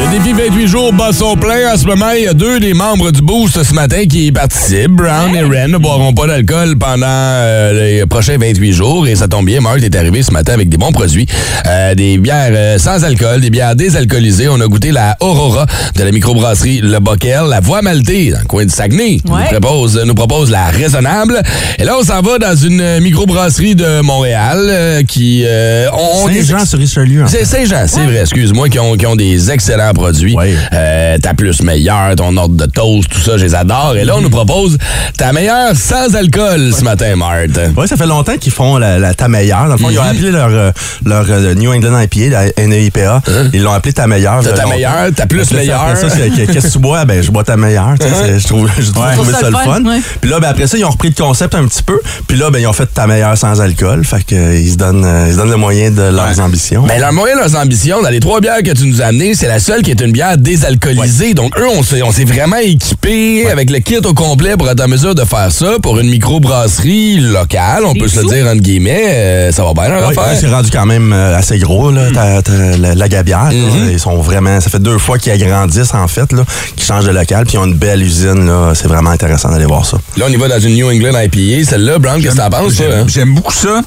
C: Le défi 28 jours bat son plein. En ce moment, il y a deux des membres du Boost ce matin qui y participent. Brown et Ren ne boiront pas d'alcool pendant euh, les prochains 28 jours. Et ça tombe bien, Mark est arrivé ce matin avec des bons produits. Euh, des bières euh, sans alcool, des bières désalcoolisées. On a goûté la Aurora de la microbrasserie Le Bockel, la Voix Maltée, dans le coin du Saguenay. qui
B: Ouais.
C: Nous, propose, nous propose la Raisonnable. Et là, on s'en va dans une microbrasserie de Montréal euh, qui... euh, on, on est-
O: Saint-Jean-sur-Richelieu. en
C: c'est Saint-Jean, c'est vrai, excuse-moi, qui ont, qui ont des excellents produits. Euh, ta plus meilleure, ton ordre de toast, tout ça, je les adore. Et là, on nous propose ta meilleure sans alcool ce matin, Marthe.
O: Oui, ça fait longtemps qu'ils font la, la ta meilleure. Dans le fond, ils ont
C: Mhm.
O: appelé leur, euh, leur euh, New England IPA, la E NEIPA. Ils l'ont appelé ta meilleure.
C: Hein? T'as
O: euh,
C: ta
O: longtemps.
C: meilleure, ta plus
O: Après ça,
C: meilleure.
O: Après ça, c'est que- qu'est-ce que tu bois? Ben, je bois ta meilleure. Tu sais, c'est- Je trouve, je trouve
G: Ouais.
O: trouvé
G: Je trouve
O: ça le fun.
G: ouais.
O: Puis là, ben, après ça, ils ont repris le concept un petit peu. Puis là, ben, ils ont fait ta meilleure sans alcool. Fait que, euh, ils se donnent, euh, ils se donnent le moyen de leurs ambitions.
C: Ben, leur moyen, leurs ambitions, dans les trois bières que tu nous as amenées, c'est la seule qui est une bière désalcoolisée. Donc, eux, on s'est, on s'est vraiment équipés avec le kit au complet pour être en mesure de faire ça pour une microbrasserie locale. On peut se le dire, entre guillemets, euh, ça va bien leur
O: Ouais,
C: affaire. Mm.
O: ouais, c'est rendu quand même euh, assez gros, là, ta- ta- la, la gabière. là.
C: Mm-hmm.
O: Ils sont vraiment. Ça fait deux fois qu'ils agrandissent, en fait, là, qu'ils changent de local, puis ils ont une belle usine, là. C'est vraiment intéressant d'aller voir ça.
C: Là, on y va dans une New England IPA. Celle-là, Brown, qu'est-ce que t'en penses, ça,
G: J'aime
C: hein?
G: j'aime beaucoup ça.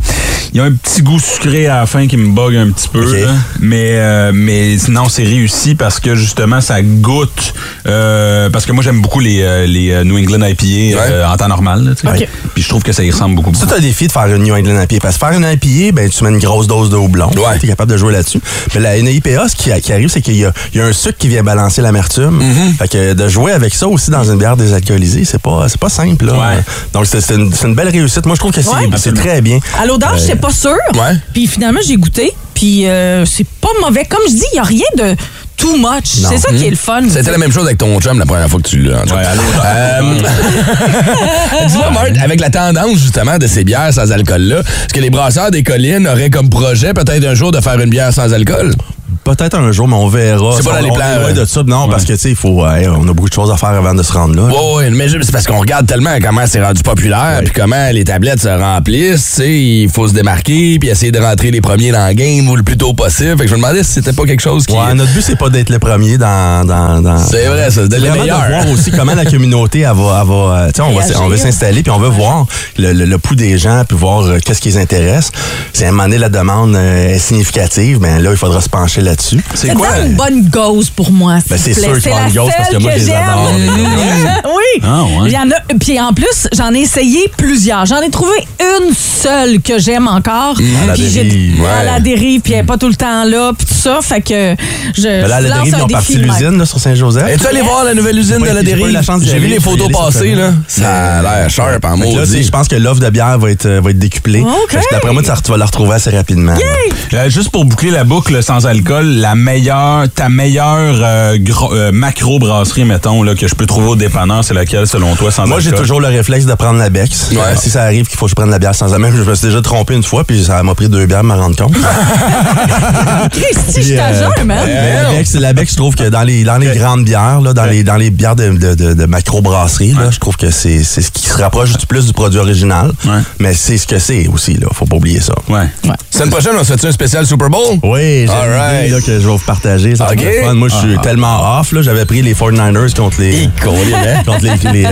G: Il y a un petit goût sucré à la fin qui me bug un petit peu. là. Mais, euh, mais non, c'est réussi parce que justement, ça goûte. euh, parce que moi, j'aime beaucoup les, euh, les euh, New England IPA euh, en temps normal. là, tu sais. Puis je trouve que ça y ressemble beaucoup.
O: C'est un défi de faire une New England IPA. Parce que faire une IPA, ben, tu mets une grosse dose de houblon. Tu es capable de jouer là-dessus. Mais la NIPA, ce qui, qui arrive, c'est qu'il y, a- il y a un sucre qui vient balancer l'amertume.
G: Mm-hmm.
O: Fait que de jouer avec ça aussi dans une bière désalcoolisée, c'est pas, c'est pas simple. Là. Donc, c'est c'est une, c'est une belle réussite. Moi, je trouve que c'est
F: Ouais.
O: c'est très bien.
F: À l'odeur,
O: Euh,
F: j'étais pas sûre. Puis finalement, j'ai goûté. Puis euh, c'est pas mauvais. Comme je dis, il n'y a rien de too much. C'est ça qui est le fun.
C: C'était la même chose avec ton chum la première fois que tu l'as. en tout cas. Euh, Dis-moi, Marc, avec la tendance justement de ces bières sans alcool-là, est-ce que les brasseurs des collines auraient comme projet peut-être un jour de faire une bière sans alcool?
O: Peut-être un jour, mais on verra.
C: C'est pas dans
O: On-
C: les
O: on
C: plans,
O: est loin
C: hein?
O: de ça. Non, parce que, tu sais, il faut, ouais, on a beaucoup de choses à faire avant de se rendre là.
C: Oui, oui, mais je- c'est parce qu'on regarde tellement comment c'est rendu populaire, puis comment les tablettes se remplissent, tu sais, il faut se démarquer, puis essayer de rentrer les premiers dans le game ou le plus tôt possible. Fait que je me demandais si c'était pas quelque chose qui...
O: Ouais, notre but, c'est pas d'être le premier dans. dans, dans-
C: C'est vrai, ça, c'est d'être le
O: vraiment
C: meilleur.
O: de voir aussi comment la communauté, elle va. elle va, euh, tu sais, on, va s-
C: Réagir.
O: on veut s'installer, puis on veut voir le, le, le pouls des gens, puis voir euh, qu'est-ce qui les intéresse. Si à un moment donné, la demande euh, est significative, ben là, il faudra se pencher là-dessus.
F: C'est une bonne gauze pour moi.
O: Ben,
F: s'il
O: c'est
F: vous plaît.
O: sûr qu'il va y avoir une
F: la
O: gauze parce
F: seule
O: que moi, je les
F: j'aime.
O: adore, les gauses.
F: oui.
O: Ah, ouais.
F: Il y en a. Puis en plus, j'en ai essayé plusieurs. J'en ai trouvé une seule que j'aime encore.
O: Mmh. À la
F: Puis j'ai-
O: dérive, ouais. Mm.
F: À la dérive, puis elle n'est pas tout le temps là, puis tout ça. Fait que je.
O: Ben là, à
F: je
O: la
F: lance
O: dérive,
F: un
O: ils ont
F: défi,
O: parti
F: Mike.
O: l'usine là, sur Saint-Joseph.
C: Es-tu allé voir la nouvelle usine
O: J'ai pas
C: de la
O: été- j'ai pas eu
C: dérive?
O: chance d'y
C: J'ai vu
O: aller,
C: les
O: je vais y
C: photos
O: aller cette
C: passer,
O: semaine.
C: là. Ça a l'air cher, en
O: Fait que là, tu sais,
C: maudit.
O: Je pense que l'offre de bière va être, euh, va être décuplée.
F: OK.
O: Fait que D'après moi, tu vas- tu vas la retrouver assez rapidement.
G: Euh, juste pour boucler la boucle sans alcool, la meilleure, ta meilleure euh, gro- euh, macro brasserie, mettons, là, que je peux trouver au dépanneur, c'est laquelle selon toi sans
O: Moi,
G: alcool?
O: j'ai toujours le réflexe de prendre la Bex. Euh, Si ça arrive qu'il faut que je prenne la bière sans alcool. Même, je me suis déjà trompé une fois, puis ça m'a pris deux bières de m'en rendre compte. Puis,
F: Christy, Ah, je
O: euh,
F: t'assure, man.
O: mais la Bex, la Bex, je trouve que dans les, dans les grandes bières, là, dans, les, dans les bières de, de, de, de macro-brasserie, là, je trouve que c'est c'est ce qui se rapproche du plus du produit original. Mais c'est ce que c'est aussi, là. Faut pas oublier ça.
G: Ouais.
C: Semaine prochaine, on se fait un spécial Super Bowl?
O: Oui, j'ai une
C: All right.
O: idée, là, que je vais vous partager. Ça va
C: Ok.
O: être le fun. Moi, je suis
C: Ah.
O: tellement off. là. J'avais pris les 49ers contre les.
C: hein?
O: contre les. les, les, les-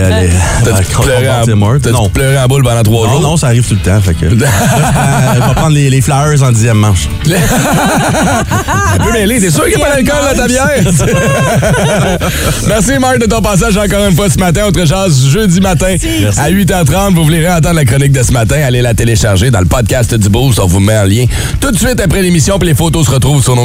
C: T'as-tu
O: contre
C: pleuré en-
O: Baltimore.
C: t'as-tu
O: Non.
C: pleuré en boule pendant trois
O: non,
C: jours?
O: Non, ça arrive tout le temps. Fait que, Là, je prends- je vais prendre les, les Flyers en dixième manche.
C: Un peu mêlé, t'es sûr qu'il n'y a pas d'alcool dans ta bière? Merci Marc de ton passage encore une fois ce matin. On te rejase jeudi matin à 8h30. Vous voulez entendre la chronique de ce matin, allez la télécharger dans le podcast du Boost. On vous met un lien tout de suite après l'émission. Puis les photos se retrouvent sur nos